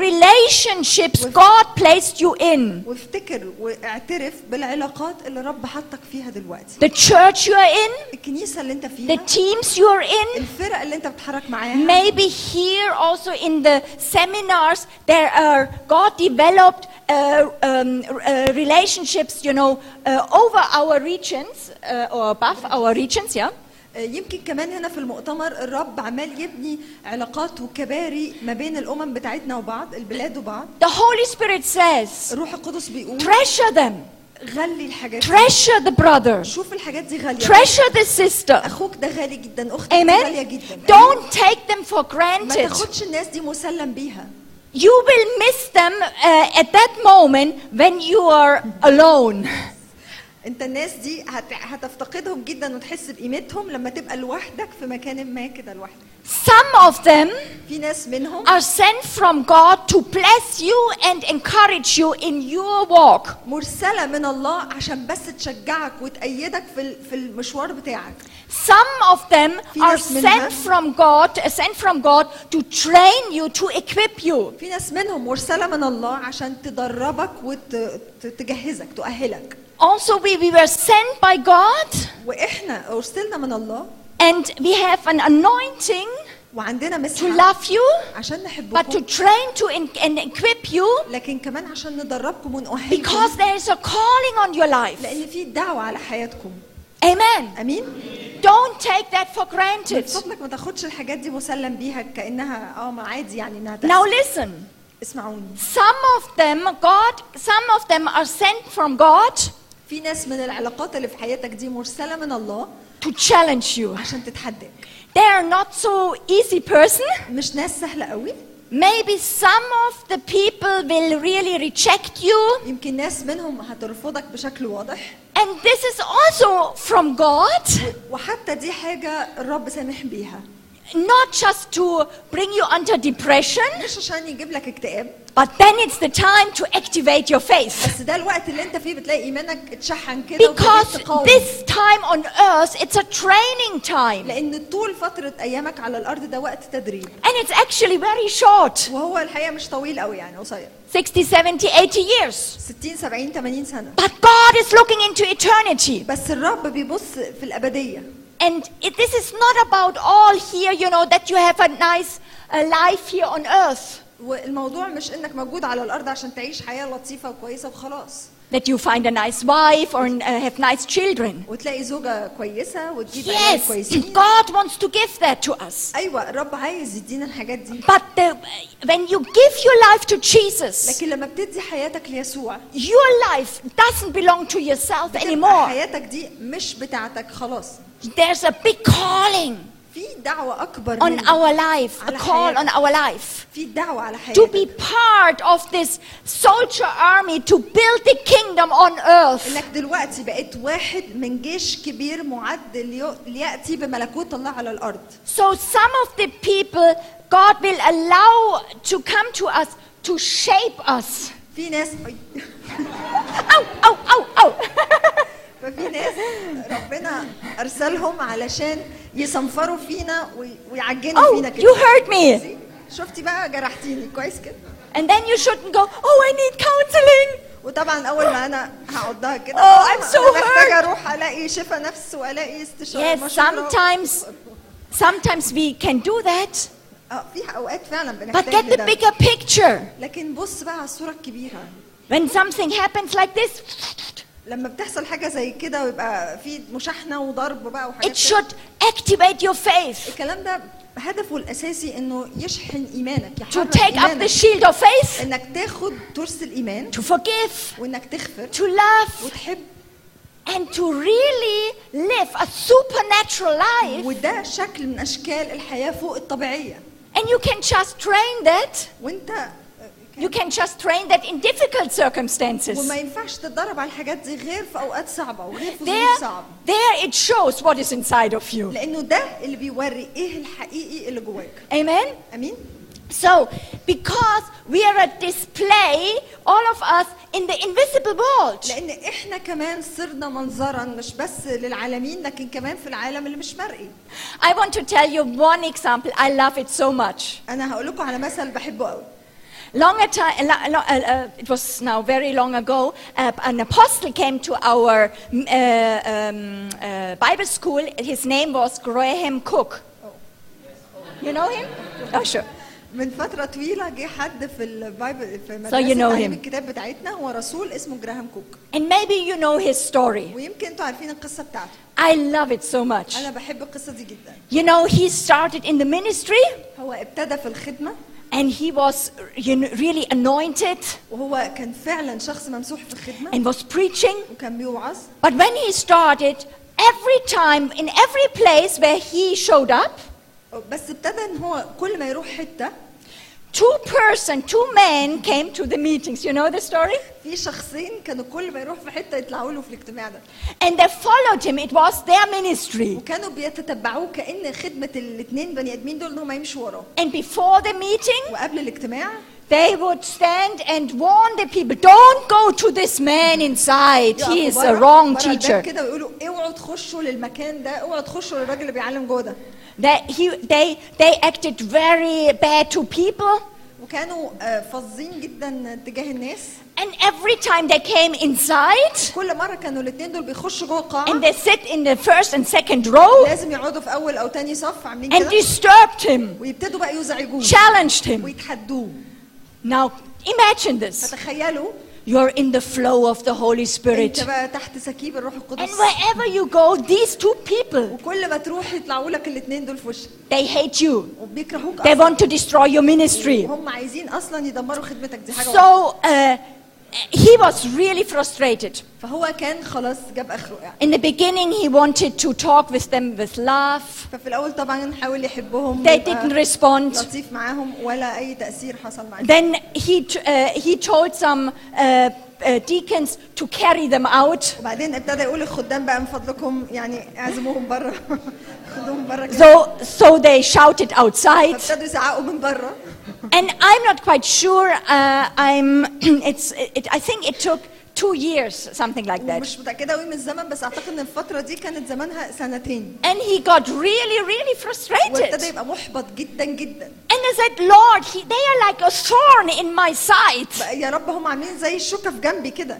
Speaker 2: relationships God placed you in.
Speaker 1: وافتكر واعترف بالعلاقات اللي رب حطك فيها دلوقتي
Speaker 2: The church you are in,
Speaker 1: الكنيسه اللي انت
Speaker 2: the
Speaker 1: فيها
Speaker 2: teams you are in,
Speaker 1: الفرق اللي انت بتتحرك معاها
Speaker 2: maybe here also in the seminars, there are God developed uh, um, uh, relationships, you know, uh, over our regions uh, or above our regions, yeah?
Speaker 1: آه، يمكن كمان هنا في المؤتمر الرب عمال يبني علاقات وكباري ما بين الامم بتاعتنا وبعض البلاد وبعض
Speaker 2: The Holy Spirit says,
Speaker 1: الروح القدس بيقول
Speaker 2: treasure them,
Speaker 1: غلي الحاجات دي.
Speaker 2: treasure the brother,
Speaker 1: شوف الحاجات دي غاليه
Speaker 2: treasure the sister.
Speaker 1: اخوك ده غالي جدا اختك دي غاليه
Speaker 2: Amen.
Speaker 1: جدا
Speaker 2: Don't take them for
Speaker 1: ما
Speaker 2: granted.
Speaker 1: تاخدش الناس دي مسلم بيها
Speaker 2: You will miss them uh, at that moment when you are alone.
Speaker 1: انت الناس دي هت... هتفتقدهم جدا وتحس بقيمتهم لما تبقى لوحدك في مكان ما كده لوحدك
Speaker 2: Some of them
Speaker 1: في ناس منهم
Speaker 2: are sent from God to bless you and encourage you in your walk.
Speaker 1: مرسله من الله عشان بس تشجعك وتأيدك في ال- في المشوار بتاعك
Speaker 2: Some of them
Speaker 1: Viele
Speaker 2: are
Speaker 1: Menschen,
Speaker 2: sent
Speaker 1: ne?
Speaker 2: from God, uh, sent from God to train you, to equip you.
Speaker 1: في ناس منهم مرسله من الله عشان تدربك وتجهزك تؤهلك
Speaker 2: Also, we, we were sent by God,
Speaker 1: واحنا ارسلنا من الله
Speaker 2: and we have an anointing
Speaker 1: وعندنا
Speaker 2: to
Speaker 1: مسحه
Speaker 2: love you,
Speaker 1: عشان
Speaker 2: but to
Speaker 1: نحبكم
Speaker 2: train to en- and equip you,
Speaker 1: لكن كمان عشان ندربكم ونؤهلكم
Speaker 2: because there is a calling on your life.
Speaker 1: لان في دعوه على حياتكم
Speaker 2: Amen.
Speaker 1: امين
Speaker 2: Don't take that for
Speaker 1: من
Speaker 2: granted.
Speaker 1: فضلك ما تاخدش الحاجات دي مسلم بيها كانها اه ما عادي يعني انها
Speaker 2: Now
Speaker 1: تحصل
Speaker 2: listen.
Speaker 1: اسمعوني
Speaker 2: Some of them God, some of them are sent from God
Speaker 1: في ناس من العلاقات اللي في حياتك دي مرسله من الله
Speaker 2: to challenge you.
Speaker 1: عشان تتحداك
Speaker 2: They are not so easy person.
Speaker 1: مش ناس سهله قوي
Speaker 2: Maybe some of the people will really reject you.
Speaker 1: يمكن ناس منهم هترفضك بشكل واضح
Speaker 2: And this is also from God,
Speaker 1: وحتى دي حاجه الرب سامح بيها
Speaker 2: not just to bring you under depression,
Speaker 1: مش عشان يجيب لك اكتئاب
Speaker 2: but then it's the time to activate your faith.
Speaker 1: بس ده الوقت اللي انت فيه بتلاقي ايمانك اتشحن كده وابتديت
Speaker 2: Because
Speaker 1: تقاوم.
Speaker 2: this time on earth, it's a training time.
Speaker 1: لان طول فتره ايامك على الارض ده وقت تدريب
Speaker 2: And it's actually very short
Speaker 1: وهو الحقيقه مش طويل قوي يعني قصير
Speaker 2: 60, 70, 80 years.
Speaker 1: 60 70 80 سنه
Speaker 2: But God is looking into eternity.
Speaker 1: بس الرب بيبص في الابديه
Speaker 2: And it, this is not about all here, you know, that you have a nice uh, life here on earth,
Speaker 1: والموضوع مش انك موجود على الارض عشان تعيش حياه لطيفه وكويسه وخلاص
Speaker 2: that you find a nice wife or uh, have nice children.
Speaker 1: وتلاقي زوجه كويسه وتجيب عيال
Speaker 2: Yes,
Speaker 1: كويسين
Speaker 2: God wants to give that to us.
Speaker 1: ايوه الرب عايز يدينا الحاجات دي
Speaker 2: But the, when you give your life to Jesus,
Speaker 1: لكن لما بتدي حياتك ليسوع
Speaker 2: your life doesn't belong to yourself
Speaker 1: تبقى
Speaker 2: anymore.
Speaker 1: حياتك دي مش بتاعتك خلاص
Speaker 2: There's a big calling
Speaker 1: في دعوه اكبر
Speaker 2: on
Speaker 1: منك.
Speaker 2: Mm. our life, a
Speaker 1: على
Speaker 2: call
Speaker 1: حياتك.
Speaker 2: on our life.
Speaker 1: في دعوه على
Speaker 2: to be
Speaker 1: حياتك
Speaker 2: part of this soldier army to build the kingdom on earth.
Speaker 1: انك دلوقتي بقيت واحد من جيش كبير معد ليو- لياتي بملكوت الله على الارض
Speaker 2: So some of the people God will allow to come to us to shape us. Oh,
Speaker 1: في ناس
Speaker 2: Ow, ow, ow, ow.
Speaker 1: ففي ناس ربنا ارسلهم علشان يصنفروا فينا وي- ويعجنوا فينا
Speaker 2: oh, you
Speaker 1: كده
Speaker 2: hurt me.
Speaker 1: شفتي؟ شفتي بقى جرحتيني كويس كده
Speaker 2: And then you shouldn't go, oh, I need counseling.
Speaker 1: وطبعا اول ما انا هقعدها كده
Speaker 2: Oh, I'm so
Speaker 1: أنا محتاجه
Speaker 2: hurt.
Speaker 1: اروح الاقي شفاء نفس والاقي استشاره
Speaker 2: Yes,
Speaker 1: مشورة.
Speaker 2: sometimes, sometimes we can do that.
Speaker 1: اه في اوقات فعلا
Speaker 2: But
Speaker 1: بنحتاج
Speaker 2: get the
Speaker 1: لده.
Speaker 2: bigger picture.
Speaker 1: لكن بص بقى على الصوره الكبيره
Speaker 2: When something happens like this,
Speaker 1: لما بتحصل حاجه زي كده ويبقى في مشاحنه وضرب بقى وحاجات
Speaker 2: it
Speaker 1: كده،
Speaker 2: should activate your faith.
Speaker 1: الكلام ده هدفه الاساسي انه يشحن ايمانك
Speaker 2: to
Speaker 1: يحرك
Speaker 2: take up the
Speaker 1: ايمانك
Speaker 2: shield of faith,
Speaker 1: انك تاخد ترس الايمان
Speaker 2: to forgive,
Speaker 1: وانك تغفر
Speaker 2: to love,
Speaker 1: وتحب
Speaker 2: and to really live a supernatural life.
Speaker 1: وده شكل من اشكال الحياه فوق الطبيعيه
Speaker 2: And you can just train that.
Speaker 1: وانت
Speaker 2: You can just train that in difficult circumstances.
Speaker 1: وما ينفعش تتدرب على الحاجات دي غير في اوقات صعبه وغير في ظروف
Speaker 2: There,
Speaker 1: صعبه
Speaker 2: there it shows what is inside of you.
Speaker 1: لانه ده اللي بيوري ايه الحقيقي اللي جواك
Speaker 2: Amen?
Speaker 1: امين
Speaker 2: So, because we are a display, all of us, in the invisible world.
Speaker 1: لان احنا كمان صرنا منظرا مش بس للعالمين لكن كمان في العالم اللي مش مرئي
Speaker 2: I want to tell you one example. I love it so much.
Speaker 1: انا هقول لكم على مثل بحبه قوي
Speaker 2: Longer time, lo- lo- uh, uh, it was now very long ago. Uh, an apostle came to our mm, uh, um, uh, Bible school. His name was Graham Cook. You know him? Oh, sure.
Speaker 1: من فترة طويلة جه حد في البايبل في مدرسة
Speaker 2: you know
Speaker 1: تعليم
Speaker 2: him.
Speaker 1: الكتاب بتاعتنا هو رسول اسمه جراهام كوك
Speaker 2: And maybe you know his story.
Speaker 1: ويمكن انتوا عارفين القصة بتاعته
Speaker 2: I love it so much.
Speaker 1: أنا بحب القصة دي جدا
Speaker 2: You know, he started in the ministry
Speaker 1: هو ابتدى في الخدمة
Speaker 2: and he was you know, really anointed
Speaker 1: وهو كان فعلا شخص ممسوح في الخدمة
Speaker 2: and was preaching.
Speaker 1: وكان بيوعظ
Speaker 2: But when he started, every time, in every place where he showed up,
Speaker 1: بس ابتدى ان هو كل ما يروح حتة
Speaker 2: two person, two men came to the meetings. You know the story?
Speaker 1: في شخصين كانوا كل ما يروح في حتة يطلعوا له في الاجتماع ده
Speaker 2: And they followed him. It was their ministry.
Speaker 1: وكانوا بيتتبعوه كأن خدمة الاتنين بني آدمين دول ان هم يمشوا وراه
Speaker 2: And before the meeting,
Speaker 1: وقبل الاجتماع
Speaker 2: they would stand and warn the people, don't go to this man inside. He is
Speaker 1: يقفوا
Speaker 2: a
Speaker 1: برا-
Speaker 2: wrong
Speaker 1: برا
Speaker 2: teacher.
Speaker 1: الباب كده ويقولوا اوعوا تخشوا للمكان ده اوعوا تخشوا للراجل اللي بيعلم جوه ده
Speaker 2: That he, they, they acted very bad to people.
Speaker 1: وكانوا آه، فظين جدا تجاه الناس
Speaker 2: And every time they came inside
Speaker 1: كل مره كانوا الاثنين دول بيخشوا جوه
Speaker 2: and
Speaker 1: القاعه
Speaker 2: they sit in the first and second row
Speaker 1: لازم يقعدوا في اول او تاني صف عاملين
Speaker 2: and
Speaker 1: كده
Speaker 2: disturbed him,
Speaker 1: ويبتدوا بقى يزعجوه
Speaker 2: challenged him.
Speaker 1: ويتحدوه
Speaker 2: Now imagine this.
Speaker 1: فتخيلوا
Speaker 2: You're in the flow of the Holy Spirit.
Speaker 1: انت بقى تحت سكيب الروح
Speaker 2: And
Speaker 1: القدس
Speaker 2: wherever you go, these two people,
Speaker 1: وكل ما تروح يطلعوا لك الاثنين دول في وشك
Speaker 2: they hate you.
Speaker 1: وبيكرهوك
Speaker 2: They
Speaker 1: اصلا
Speaker 2: want to destroy your ministry.
Speaker 1: هم عايزين اصلا يدمروا خدمتك دي حاجه واحدة.
Speaker 2: So uh, he was really frustrated.
Speaker 1: فهو كان خلاص جاب اخره يعني
Speaker 2: In the beginning, he wanted to talk with them with love.
Speaker 1: ففي الاول طبعا حاول يحبهم
Speaker 2: They
Speaker 1: ويبقى
Speaker 2: didn't respond.
Speaker 1: لطيف معاهم ولا اي تاثير حصل معاهم
Speaker 2: Then he, t- uh, he told some uh, uh, deacons to carry them out.
Speaker 1: وبعدين ابتدى يقول الخدام بقى من فضلكم يعني اعزموهم بره خدوهم بره كده
Speaker 2: So, so they shouted outside.
Speaker 1: فابتدوا يزعقوا من بره
Speaker 2: And I'm not quite sure. Uh, I'm, it's, it, I think it took two years, something like that.
Speaker 1: ومش متاكده قوي من الزمن بس اعتقد ان الفتره دي كانت زمانها سنتين
Speaker 2: And he got really, really
Speaker 1: وابتدى
Speaker 2: frustrated.
Speaker 1: يبقى محبط جدا جدا
Speaker 2: And I said, Lord, he, they are like a thorn in my side.
Speaker 1: بقى يا رب هم عاملين زي الشوكه في جنبي كده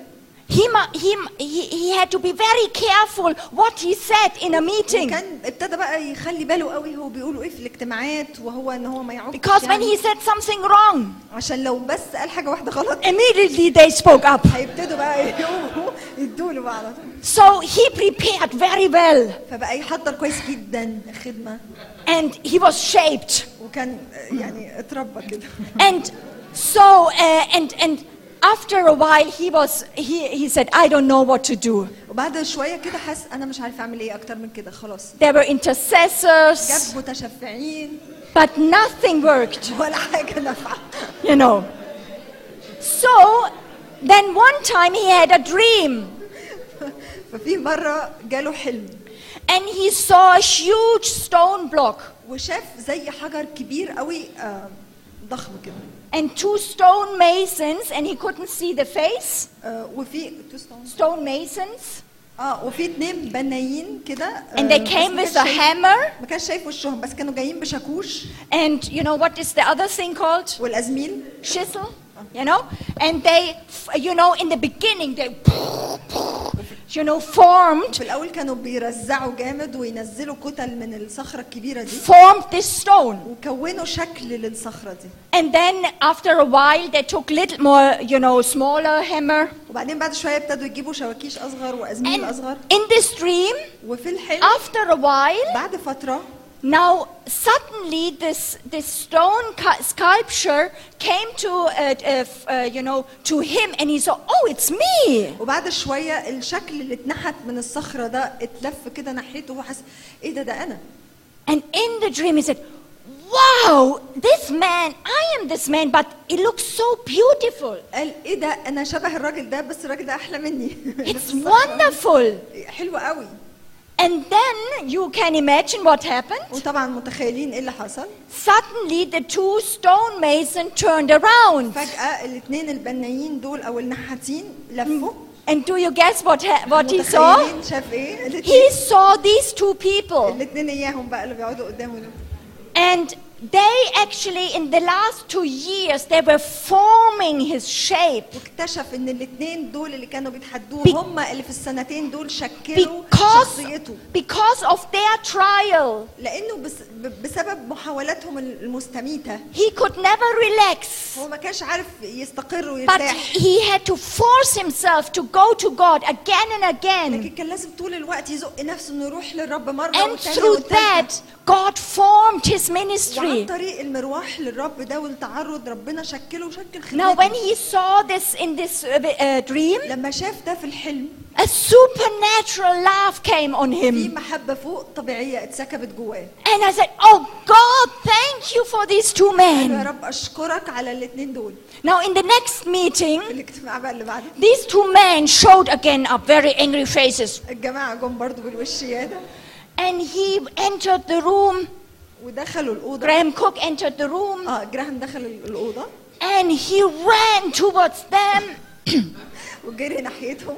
Speaker 2: He, mu- he, he, he had to be very careful what he said in a meeting.
Speaker 1: وكان ابتدى بقى يخلي باله قوي هو بيقولوا ايه في الاجتماعات وهو ان هو ما يعجبش
Speaker 2: Because when he said something wrong,
Speaker 1: عشان لو بس قال حاجه واحده غلط
Speaker 2: immediately they spoke up.
Speaker 1: هيبتدوا بقى يقوموا يدوا له بقى على طول
Speaker 2: So he prepared very well
Speaker 1: فبقى يحضر كويس جدا الخدمه
Speaker 2: and he was shaped.
Speaker 1: وكان آه، يعني اتربى كده
Speaker 2: And so, uh, and, and after a while, he was, he, he said, I don't know what to do.
Speaker 1: وبعد شويه كده حس انا مش عارف اعمل ايه اكتر من كده خلاص
Speaker 2: There were intercessors,
Speaker 1: جاب متشفعين
Speaker 2: but nothing worked,
Speaker 1: ولا حاجه نافعه
Speaker 2: you know. So then one time he had a dream
Speaker 1: ففي مره جاله حلم
Speaker 2: and he saw a huge stone block
Speaker 1: وشاف زي حجر كبير قوي آه، ضخم كده
Speaker 2: and two stone masons and he couldn't see the face.
Speaker 1: آه، وفي توستون.
Speaker 2: Stone masons.
Speaker 1: اه وفي اتنين بنايين كده آه،
Speaker 2: And they
Speaker 1: بس
Speaker 2: came
Speaker 1: ما
Speaker 2: with
Speaker 1: كانش
Speaker 2: a
Speaker 1: شايف-
Speaker 2: hammer.
Speaker 1: ما كانش شايف وشهم بس كانوا جايين بشاكوش
Speaker 2: And you know what is the other thing called?
Speaker 1: والازميل
Speaker 2: Chisel, you know? And they, f- you know, in the beginning, they, you know, formed,
Speaker 1: في الاول كانوا بيرزعوا جامد وينزلوا كتل من الصخره الكبيره دي
Speaker 2: formed this stone.
Speaker 1: وكونوا شكل للصخره دي
Speaker 2: And then after a while, they took little more, you know, smaller hammer.
Speaker 1: وبعدين بعد شويه ابتدوا يجيبوا شواكيش اصغر وازميل
Speaker 2: And Oh.
Speaker 1: اصغر
Speaker 2: in this dream,
Speaker 1: وفي الحلم
Speaker 2: after a while,
Speaker 1: بعد فتره
Speaker 2: Now, suddenly, this, this stone ca- sculpture came to, uh, uh, f- uh, you know, to him, and he saw, oh, it's me.
Speaker 1: وبعد شوية الشكل اللي اتنحت من الصخرة ده اتلف كده ناحيته وهو حس ايه ده ده انا
Speaker 2: And in the dream, he said, wow, this man, I am this man, but it looks so beautiful.
Speaker 1: قال ايه ده انا شبه الراجل ده بس الراجل ده احلى مني
Speaker 2: It's wonderful.
Speaker 1: حلو قوي
Speaker 2: And then you can imagine what happened.
Speaker 1: وطبعا متخيلين ايه اللي حصل
Speaker 2: Suddenly, the two stonemasons turned around.
Speaker 1: فجأة الاثنين البنايين دول او النحاتين لفوا
Speaker 2: And do you guess what, ha- what he saw?
Speaker 1: متخيلين شاف ايه
Speaker 2: He saw these two people.
Speaker 1: الاثنين اياهم بقى اللي بيقعدوا قدامه دول
Speaker 2: And they actually, in the last two years, they were forming his shape
Speaker 1: واكتشف ان الاثنين دول اللي كانوا
Speaker 2: Be-
Speaker 1: بيتحدوه هم اللي في السنتين دول شكلوا
Speaker 2: because,
Speaker 1: شخصيته
Speaker 2: because of their trial.
Speaker 1: لانه بس ب- بسبب محاولاتهم المستميته
Speaker 2: He could never relax.
Speaker 1: هو ما كانش عارف يستقر
Speaker 2: But
Speaker 1: ويرتاح
Speaker 2: he had to force himself to go to God again and again.
Speaker 1: لكن كان لازم طول الوقت يزق نفسه انه يروح للرب مره
Speaker 2: And
Speaker 1: والتانية
Speaker 2: through
Speaker 1: والتالتة.
Speaker 2: that, God formed his
Speaker 1: وعن
Speaker 2: ministry.
Speaker 1: يعني طريق المرواح للرب ده والتعرض ربنا شكله وشكل
Speaker 2: Now, when
Speaker 1: خدمته
Speaker 2: he saw this in this uh, uh, dream,
Speaker 1: لما شاف ده في الحلم
Speaker 2: a supernatural laugh came on him.
Speaker 1: في محبه فوق طبيعيه اتسكبت جواه
Speaker 2: And I said, Oh God, thank you for these
Speaker 1: قال
Speaker 2: two
Speaker 1: له يا
Speaker 2: men.
Speaker 1: رب اشكرك على الاثنين دول
Speaker 2: Now, in the next meeting,
Speaker 1: الاجتماع بقى اللي بعده
Speaker 2: these two men showed again up very angry faces.
Speaker 1: الجماعه جم برضو بالوشياده
Speaker 2: And he entered the room.
Speaker 1: ودخلوا الاوضه
Speaker 2: Graham Cook entered the room.
Speaker 1: اه جراهام دخل الاوضه
Speaker 2: And he ran towards them
Speaker 1: وجري ناحيتهم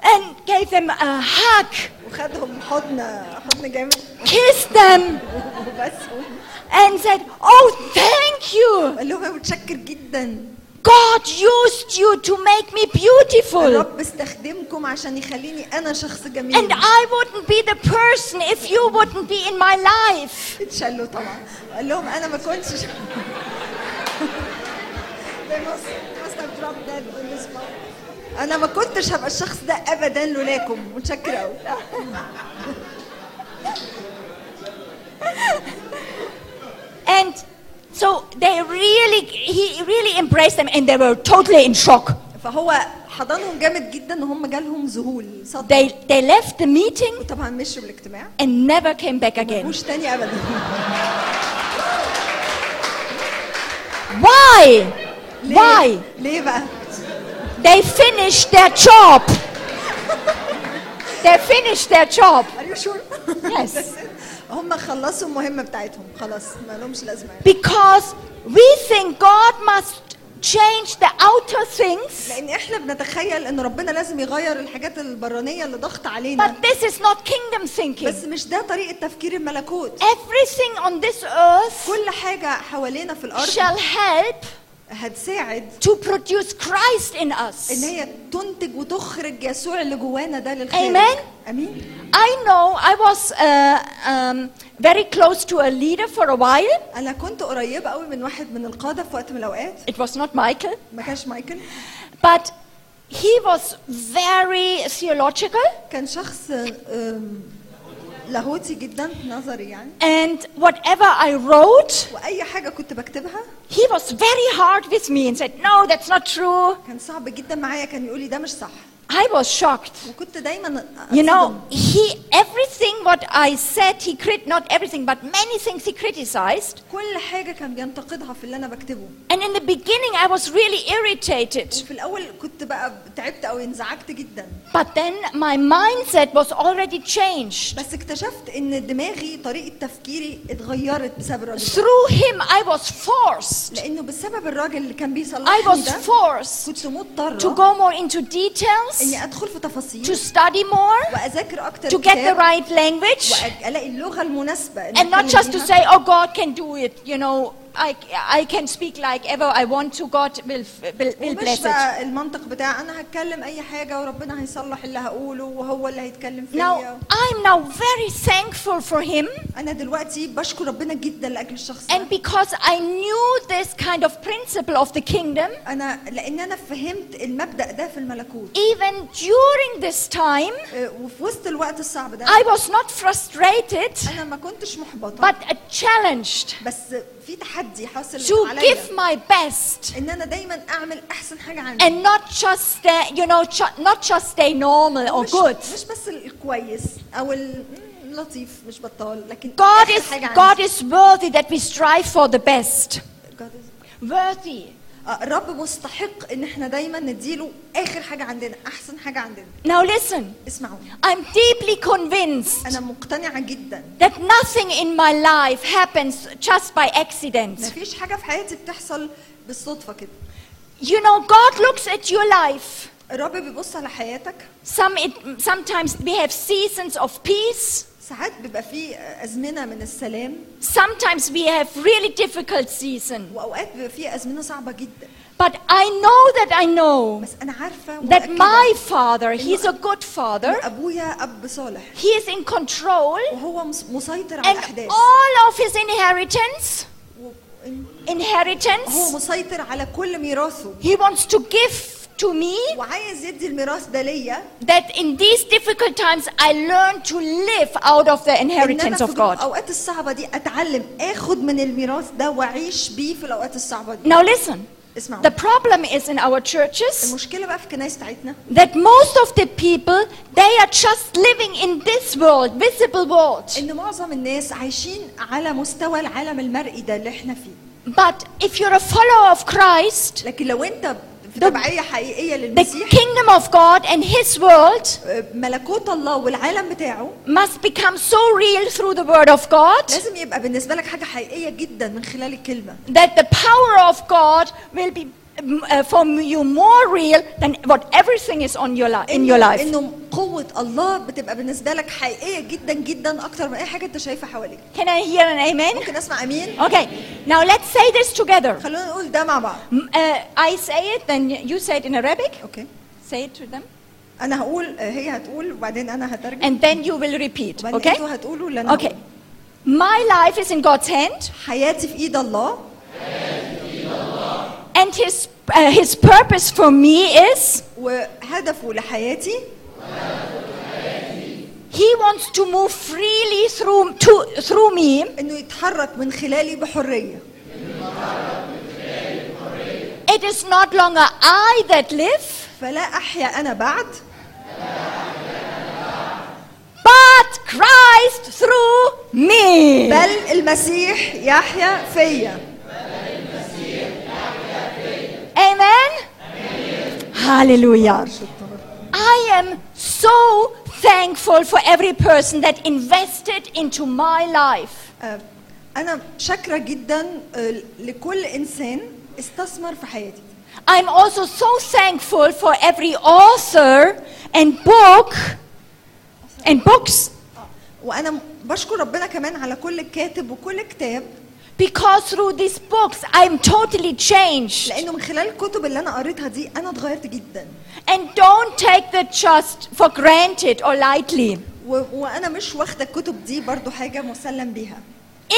Speaker 2: and gave them a hug,
Speaker 1: وخدهم حضن حضن جامد
Speaker 2: kissed them,
Speaker 1: وبسهم
Speaker 2: and said, Oh, thank you.
Speaker 1: قال لهم انا متشكر جدا
Speaker 2: God used you to make me beautiful.
Speaker 1: الرب استخدمكم عشان يخليني انا شخص
Speaker 2: And
Speaker 1: جميل
Speaker 2: I wouldn't be the person if you wouldn't be in my life.
Speaker 1: اتشلوا طبعا قال لهم انا ما كنتش ش- They must- must have dropped dead on the spot. انا ما كنتش هبقى الشخص ده ابدا لولاكم متشكر قوي
Speaker 2: And so they really, he really embraced them and they were totally in shock.
Speaker 1: فهو حضنهم جامد جدا ان هم جالهم ذهول صدمه
Speaker 2: They, they left the meeting
Speaker 1: وطبعا مشوا بالاجتماع
Speaker 2: and never came back again.
Speaker 1: مش تاني ابدا
Speaker 2: Why?
Speaker 1: ليه؟
Speaker 2: Why?
Speaker 1: ليه بقى؟
Speaker 2: They finished their job. they finished their job.
Speaker 1: Are you sure?
Speaker 2: Yes.
Speaker 1: هم خلصوا المهمة بتاعتهم خلاص ما لهمش لازمة يعني.
Speaker 2: Because we think God must change the outer things,
Speaker 1: لأن احنا بنتخيل إن ربنا لازم يغير الحاجات البرانية اللي ضغط علينا
Speaker 2: but this is not kingdom thinking.
Speaker 1: بس مش ده طريقة تفكير الملكوت
Speaker 2: Everything on this earth
Speaker 1: كل حاجة حوالينا في الأرض
Speaker 2: shall help
Speaker 1: هتساعد
Speaker 2: to produce Christ in us.
Speaker 1: إن هي تنتج وتخرج يسوع اللي جوانا ده للخير
Speaker 2: Amen.
Speaker 1: أمين
Speaker 2: I know I was uh, um, very close to a leader for a while.
Speaker 1: أنا كنت قريبة قوي من واحد من القادة في وقت من الأوقات
Speaker 2: It was not Michael,
Speaker 1: ما كانش مايكل
Speaker 2: but he was very theological.
Speaker 1: كان شخص أم، لاهوتي جدا في نظري يعني
Speaker 2: And whatever I wrote,
Speaker 1: واي حاجه كنت بكتبها
Speaker 2: he was very hard with me and said, No, that's not true.
Speaker 1: كان صعب جدا معايا كان يقول لي ده مش صح
Speaker 2: I was shocked.
Speaker 1: وكنت دايما أتصدم.
Speaker 2: You know, he everything what I said he crit not everything, but many things he criticized.
Speaker 1: كل حاجه كان بينتقدها في اللي انا بكتبه
Speaker 2: And in the beginning, I was really irritated.
Speaker 1: وفي الاول كنت بقى تعبت او انزعجت جدا
Speaker 2: But then my mindset was already changed.
Speaker 1: بس اكتشفت ان دماغي طريقه تفكيري اتغيرت بسبب الراجل ده.
Speaker 2: Through him, I was forced.
Speaker 1: لانه بسبب الراجل اللي كان
Speaker 2: I
Speaker 1: بيصلحني
Speaker 2: was
Speaker 1: ده
Speaker 2: forced
Speaker 1: كنت
Speaker 2: to
Speaker 1: مضطره
Speaker 2: go more into details,
Speaker 1: اني ادخل في
Speaker 2: to
Speaker 1: تفاصيل
Speaker 2: study more,
Speaker 1: واذاكر اكتر
Speaker 2: to get the
Speaker 1: كتاب
Speaker 2: right language,
Speaker 1: والاقي اللغه المناسبه إني
Speaker 2: and not
Speaker 1: أتكلم
Speaker 2: just
Speaker 1: بيها.
Speaker 2: to say, oh, God can do it, you know, I, I can speak like ever I want to. God will, will, will
Speaker 1: ومش
Speaker 2: bless it.
Speaker 1: بقى المنطق بتاع انا هتكلم اي حاجه وربنا هيصلح اللي هقوله وهو اللي هيتكلم
Speaker 2: Now,
Speaker 1: فيا
Speaker 2: I'm now very thankful for him.
Speaker 1: انا دلوقتي بشكر ربنا جدا لاجل الشخص ده
Speaker 2: And because I knew this kind of principle of the kingdom,
Speaker 1: انا لان انا فهمت المبدا ده في الملكوت
Speaker 2: even during this time,
Speaker 1: آه، وفي وسط الوقت الصعب ده
Speaker 2: I was not frustrated,
Speaker 1: انا ما كنتش محبطه
Speaker 2: but challenged
Speaker 1: بس في تحدي حاصل
Speaker 2: to
Speaker 1: عليا
Speaker 2: give my best
Speaker 1: ان انا دايما اعمل احسن حاجه عندي
Speaker 2: and not just stay, you know, ju- not just stay normal or
Speaker 1: مش,
Speaker 2: good.
Speaker 1: مش بس الكويس او اللطيف مش بطال لكن
Speaker 2: God
Speaker 1: آخر
Speaker 2: is
Speaker 1: حاجه عندي
Speaker 2: God is worthy that we strive for the best.
Speaker 1: God is-
Speaker 2: Worthy.
Speaker 1: آه، الرب مستحق ان احنا دايما نديله اخر حاجه عندنا احسن حاجه عندنا
Speaker 2: Now listen,
Speaker 1: اسمعوني
Speaker 2: I'm deeply convinced
Speaker 1: انا مقتنعه جدا
Speaker 2: that nothing in my life happens just by accident.
Speaker 1: مفيش حاجه في حياتي بتحصل بالصدفه كده
Speaker 2: You know, God looks at your life.
Speaker 1: الرب بيبص على حياتك
Speaker 2: Some it, sometimes we have seasons of peace.
Speaker 1: ساعات بيبقى فيه ازمنه من السلام
Speaker 2: Sometimes we have really difficult season.
Speaker 1: واوقات بيبقى فيه ازمنه صعبه جدا
Speaker 2: But I know that I know
Speaker 1: بس انا عارفه
Speaker 2: that
Speaker 1: ومتأكدة
Speaker 2: my father, he's a good father.
Speaker 1: إن ابويا اب صالح
Speaker 2: He is in control
Speaker 1: وهو مس- مسيطر على
Speaker 2: and
Speaker 1: الاحداث
Speaker 2: all of his inheritance,
Speaker 1: و- إن- هو
Speaker 2: inheritance,
Speaker 1: مسيطر على كل ميراثه
Speaker 2: he wants to give to me
Speaker 1: وعايز يدي الميراث ده ليا
Speaker 2: that in these difficult times I learn to live out of the
Speaker 1: ان انا
Speaker 2: inheritance
Speaker 1: في
Speaker 2: of God.
Speaker 1: الاوقات الصعبه دي اتعلم اخد من الميراث ده واعيش بيه في الاوقات الصعبه دي
Speaker 2: Now listen,
Speaker 1: اسمعوا
Speaker 2: the problem is in our churches
Speaker 1: المشكله بقى في الكنايس بتاعتنا
Speaker 2: that most of the people they are just living in this world, visible world.
Speaker 1: ان معظم الناس عايشين على مستوى العالم المرئي ده اللي احنا فيه
Speaker 2: But if you're a follower of Christ,
Speaker 1: لكن لو انت في
Speaker 2: ده-
Speaker 1: تبعيه حقيقيه
Speaker 2: the
Speaker 1: للمسيح
Speaker 2: kingdom of God and his world
Speaker 1: ملكوت الله والعالم بتاعه
Speaker 2: must become so real through the word of God
Speaker 1: لازم يبقى بالنسبه لك حاجه حقيقيه جدا من خلال الكلمه
Speaker 2: that the power of God will be um, uh, for you more real than what everything is on your li- in your
Speaker 1: إنه-
Speaker 2: life.
Speaker 1: انه قوه الله بتبقى بالنسبه لك حقيقيه جدا جدا اكتر من اي حاجه انت شايفها حواليك
Speaker 2: Can I hear an amen?
Speaker 1: ممكن اسمع امين
Speaker 2: Okay, now let's say this together.
Speaker 1: خلونا نقول ده مع بعض
Speaker 2: M- uh, I say it, then you say it in Arabic.
Speaker 1: اوكي
Speaker 2: Say it to them,
Speaker 1: انا هقول آه، هي هتقول وبعدين انا هترجم
Speaker 2: and then you will repeat.
Speaker 1: وبعدين
Speaker 2: Okay?
Speaker 1: انتوا هتقولوا لان
Speaker 2: Okay. My life is in God's hand,
Speaker 1: حياتي في ايد الله
Speaker 2: and His uh, His purpose for me is
Speaker 1: وهدفه لحياتي
Speaker 2: He wants to move freely through to, through me
Speaker 1: انه يتحرك من خلالي بحريه
Speaker 2: It is not longer I that live,
Speaker 1: فلا احيا انا بعد
Speaker 2: but Christ through me.
Speaker 1: بل المسيح يحيا فيا
Speaker 2: Amen. Hallelujah. I am so thankful for every person that invested into my life.
Speaker 1: آه، انا شاكره جدا آه، لكل انسان استثمر في حياتي
Speaker 2: I'm also so thankful for every author and book and books
Speaker 1: وانا م- بشكر ربنا كمان على كل كاتب وكل كتاب
Speaker 2: because through these books I'm totally changed.
Speaker 1: لانه من خلال الكتب اللي انا قريتها دي انا اتغيرت جدا
Speaker 2: And don't take the trust for granted or lightly.
Speaker 1: و... وانا مش واخده الكتب دي برضو حاجه مسلم بيها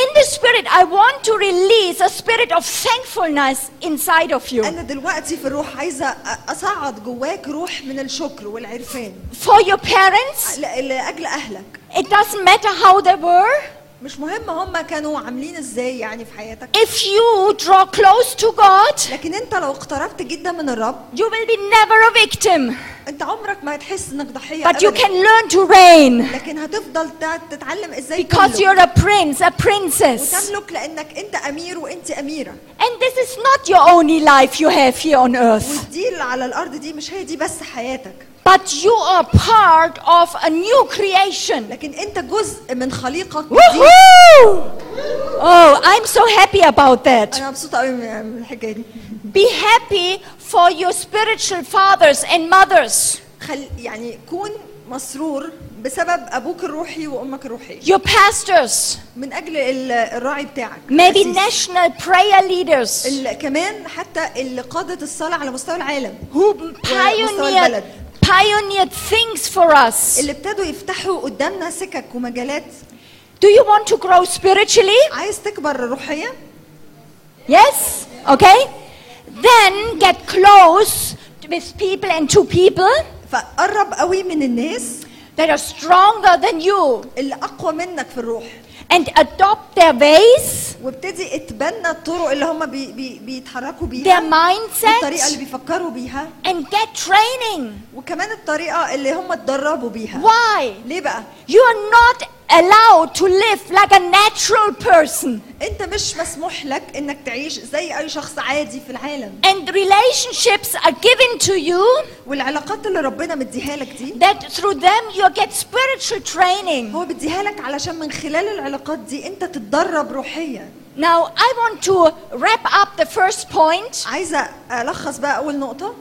Speaker 2: In the spirit, I want to release a spirit of thankfulness inside of you
Speaker 1: انا دلوقتي في الروح عايزه أ- اصعد جواك روح من الشكر والعرفان
Speaker 2: for your parents.
Speaker 1: ل... لاجل اهلك
Speaker 2: It doesn't matter how they were.
Speaker 1: مش مهم هم كانوا عاملين ازاي يعني في حياتك
Speaker 2: If you draw close to God,
Speaker 1: لكن انت لو اقتربت جدا من الرب
Speaker 2: you will be never a victim,
Speaker 1: انت عمرك ما هتحس انك ضحيه
Speaker 2: but you
Speaker 1: أبداً.
Speaker 2: can learn to reign
Speaker 1: لكن هتفضل ت- تتعلم ازاي
Speaker 2: because
Speaker 1: تملك.
Speaker 2: you're a prince, a princess.
Speaker 1: وتملك لانك انت امير وانت اميره
Speaker 2: And this is not your only life you have here on earth,
Speaker 1: ودي اللي على الارض دي مش هي دي بس حياتك
Speaker 2: but you are part of a new creation.
Speaker 1: لكن انت جزء من خليقك دي
Speaker 2: Woohoo! Oh, I'm so happy about that.
Speaker 1: انا مبسوطه قوي من من الحكايه دي
Speaker 2: Be happy for your spiritual fathers and mothers
Speaker 1: خل يعني كون مسرور بسبب ابوك الروحي وامك الروحيه
Speaker 2: your pastors,
Speaker 1: من اجل ال- الراعي بتاعك
Speaker 2: maybe
Speaker 1: القسيس.
Speaker 2: national prayer leaders
Speaker 1: ال- كمان حتى اللي قادة الصلاة على مستوى العالم
Speaker 2: who pioneered, pioneered things for us.
Speaker 1: اللي ابتدوا يفتحوا قدامنا سكك ومجالات
Speaker 2: Do you want to grow spiritually?
Speaker 1: عايز تكبر روحيا
Speaker 2: Yes? Okay? Then get close with people and to people
Speaker 1: فقرب قوي من الناس
Speaker 2: that are stronger than you
Speaker 1: اللي اقوى منك في الروح
Speaker 2: and adopt their ways,
Speaker 1: وابتدي اتبنى الطرق اللي هم بي بي بيتحركوا
Speaker 2: their
Speaker 1: بيها الطريقة اللي
Speaker 2: mindset,
Speaker 1: بيفكروا بيها
Speaker 2: and get training.
Speaker 1: وكمان الطريقة اللي هم اتدربوا بيها
Speaker 2: Why?
Speaker 1: ليه بقى
Speaker 2: You are not allowed to live like a natural person.
Speaker 1: انت مش مسموح لك انك تعيش زي اي شخص عادي في العالم
Speaker 2: And relationships are given to you
Speaker 1: والعلاقات اللي ربنا مديها لك دي
Speaker 2: that through them you get spiritual training.
Speaker 1: هو بيديها لك علشان من خلال العلاقات دي انت تتدرب روحيا
Speaker 2: Now, I want to wrap up the first point.
Speaker 1: عايزه الخص بقى اول نقطه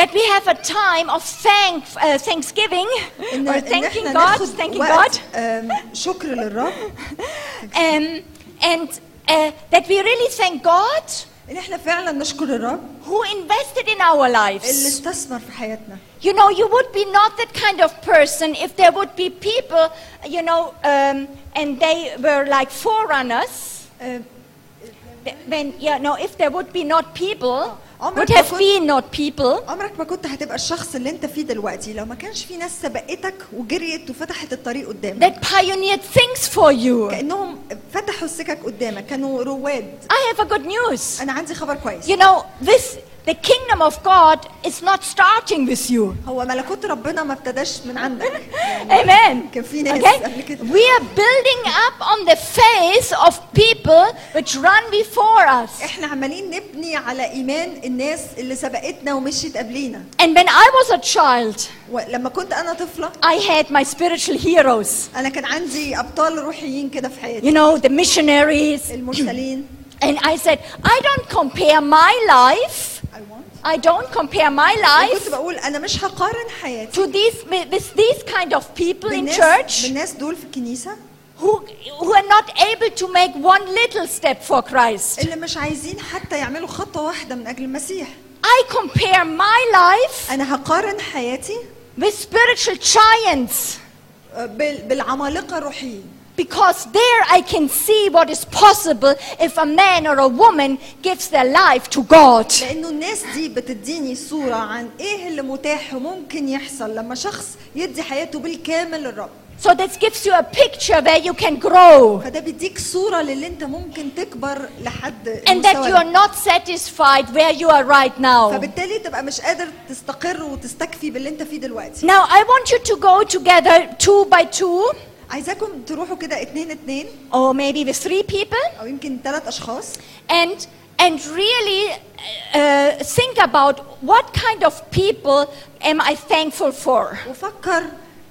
Speaker 2: that we have a time of thank, uh, thanksgiving
Speaker 1: ان,
Speaker 2: or
Speaker 1: إن
Speaker 2: thanking
Speaker 1: احنا
Speaker 2: God,
Speaker 1: ناخد
Speaker 2: thanking God,
Speaker 1: وقت آم، شكر للرب
Speaker 2: um, and uh, that we really thank God
Speaker 1: ان احنا فعلا نشكر الرب
Speaker 2: who invested in our
Speaker 1: اللي
Speaker 2: lives.
Speaker 1: استثمر في حياتنا
Speaker 2: You know, you would be not that kind of person if there would be people, you know, um, and they were like forerunners.
Speaker 1: آم،
Speaker 2: th- When yeah, no, if there would be not people,
Speaker 1: عمرك
Speaker 2: would
Speaker 1: ما
Speaker 2: have
Speaker 1: كنت-
Speaker 2: been not people.
Speaker 1: عمرك ما كنت هتبقى الشخص اللي انت فيه دلوقتي لو ما كانش في ناس سبقتك وجريت وفتحت الطريق قدامك
Speaker 2: That pioneered things for you.
Speaker 1: كانهم فتحوا السكك قدامك كانوا رواد
Speaker 2: I have a good news.
Speaker 1: انا عندي خبر كويس
Speaker 2: You know, this the kingdom of God is not starting with you.
Speaker 1: هو ملكوت ربنا ما ابتداش من عندك
Speaker 2: Amen.
Speaker 1: كان في ناس قبل كده.
Speaker 2: We are building up on the faith of people which run before us.
Speaker 1: احنا عمالين نبني على ايمان الناس اللي سبقتنا ومشيت قبلينا
Speaker 2: And when I was a child,
Speaker 1: ولما كنت انا طفله
Speaker 2: I had my spiritual heroes.
Speaker 1: انا كان عندي ابطال روحيين كده في حياتي
Speaker 2: You know, the missionaries.
Speaker 1: المرسلين
Speaker 2: And I said, I don't compare my life.
Speaker 1: I want.
Speaker 2: I don't compare my
Speaker 1: وكنت
Speaker 2: life
Speaker 1: بقول انا مش هقارن حياتي
Speaker 2: to these with with these kind of people in
Speaker 1: بالناس,
Speaker 2: church
Speaker 1: بالناس دول في الكنيسه
Speaker 2: who who are not able to make one little step for Christ.
Speaker 1: اللي مش عايزين حتى يعملوا خطوه واحده من اجل المسيح
Speaker 2: I compare my life
Speaker 1: انا هقارن حياتي
Speaker 2: with spiritual giants
Speaker 1: آه، بال- بالعمالقه الروحيين
Speaker 2: because there I can see what is possible if a man or a woman gives their life to God.
Speaker 1: لانه الناس دي بتديني صوره عن ايه اللي متاح وممكن يحصل لما شخص يدي حياته بالكامل للرب
Speaker 2: So that gives you a picture where you can grow
Speaker 1: فده بيديك صورة للي انت ممكن تكبر لحد
Speaker 2: and that
Speaker 1: المستوى
Speaker 2: you
Speaker 1: ده.
Speaker 2: are not satisfied where you are right now.
Speaker 1: فبالتالي تبقى مش قادر تستقر وتستكفي باللي انت فيه دلوقتي
Speaker 2: Now I want you to go together two by two
Speaker 1: عايزاكم تروحوا كده اتنين اتنين
Speaker 2: or maybe with three people
Speaker 1: او يمكن تلات اشخاص
Speaker 2: and and really uh, think about what kind of people am I thankful for.
Speaker 1: وفكر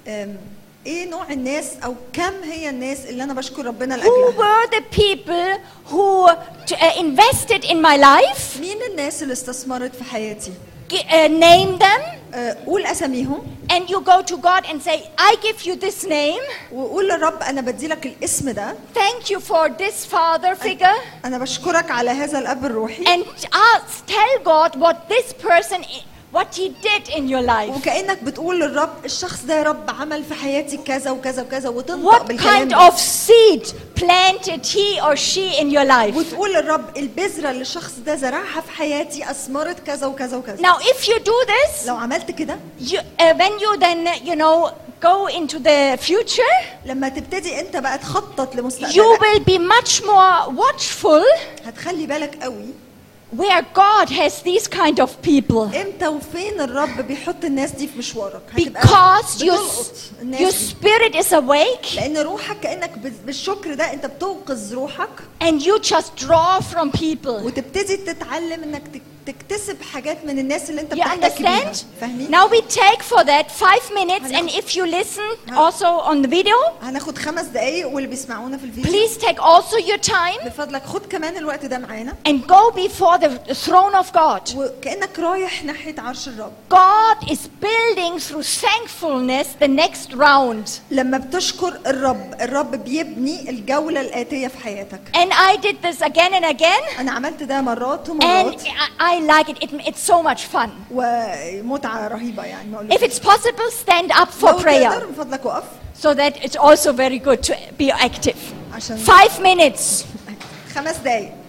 Speaker 1: ام، ايه نوع الناس او كم هي الناس اللي انا بشكر ربنا
Speaker 2: Who
Speaker 1: لاجلها
Speaker 2: were the people who t- uh, invested in my life?
Speaker 1: مين الناس اللي استثمرت في حياتي
Speaker 2: G- uh, name them,
Speaker 1: اه، قول اساميهم
Speaker 2: and you go to God and say, I give you this name.
Speaker 1: وقول للرب انا بديلك الاسم ده
Speaker 2: Thank you for this father figure.
Speaker 1: انا بشكرك على هذا الاب الروحي
Speaker 2: And ask, tell God what this person, i- what he did in your life.
Speaker 1: وكانك بتقول للرب الشخص ده يا رب عمل في حياتي كذا وكذا وكذا وتنطق
Speaker 2: What
Speaker 1: بالكلام
Speaker 2: kind
Speaker 1: ده.
Speaker 2: of seed planted he or she in your life?
Speaker 1: وتقول للرب البذره اللي الشخص ده زرعها في حياتي اثمرت كذا وكذا وكذا
Speaker 2: Now, if you do this,
Speaker 1: لو عملت كده
Speaker 2: you, uh, when you then, uh, you know, go into the future,
Speaker 1: لما تبتدي انت بقى تخطط
Speaker 2: you
Speaker 1: لمستقبلك
Speaker 2: will be much more watchful
Speaker 1: هتخلي بالك قوي
Speaker 2: where God has these kind of people.
Speaker 1: امتى وفين الرب بيحط الناس دي في مشوارك هتبقى
Speaker 2: Because your,
Speaker 1: بتلقط
Speaker 2: your
Speaker 1: الناس دي
Speaker 2: spirit is awake
Speaker 1: لان روحك كانك بال- بالشكر ده انت بتوقظ روحك
Speaker 2: and you just draw from people.
Speaker 1: وتبتدي تتعلم انك تك- تكتسب حاجات من الناس اللي انت
Speaker 2: You
Speaker 1: بتحتك بيها
Speaker 2: understand?
Speaker 1: فاهمين؟
Speaker 2: Now we take for that five minutes, and if you listen also on the video,
Speaker 1: هناخد خمس دقايق واللي بيسمعونا في الفيديو
Speaker 2: please take also your time
Speaker 1: بفضلك خد كمان الوقت ده معانا
Speaker 2: and go before the throne of God.
Speaker 1: وكانك رايح ناحيه عرش الرب
Speaker 2: God is building through thankfulness the next round.
Speaker 1: لما بتشكر الرب الرب بيبني الجوله الاتيه في حياتك
Speaker 2: And I did this again and again,
Speaker 1: انا عملت ده مرات
Speaker 2: and
Speaker 1: ومرات
Speaker 2: I, I like it. it. It's so much fun.
Speaker 1: ومتعه رهيبه يعني ما
Speaker 2: If
Speaker 1: اقولكش.
Speaker 2: it's possible, stand up for
Speaker 1: لو تقدر
Speaker 2: prayer
Speaker 1: من فضلك وقف
Speaker 2: so that it's also very good to be active.
Speaker 1: عشان
Speaker 2: Five minutes.
Speaker 1: خمس دقايق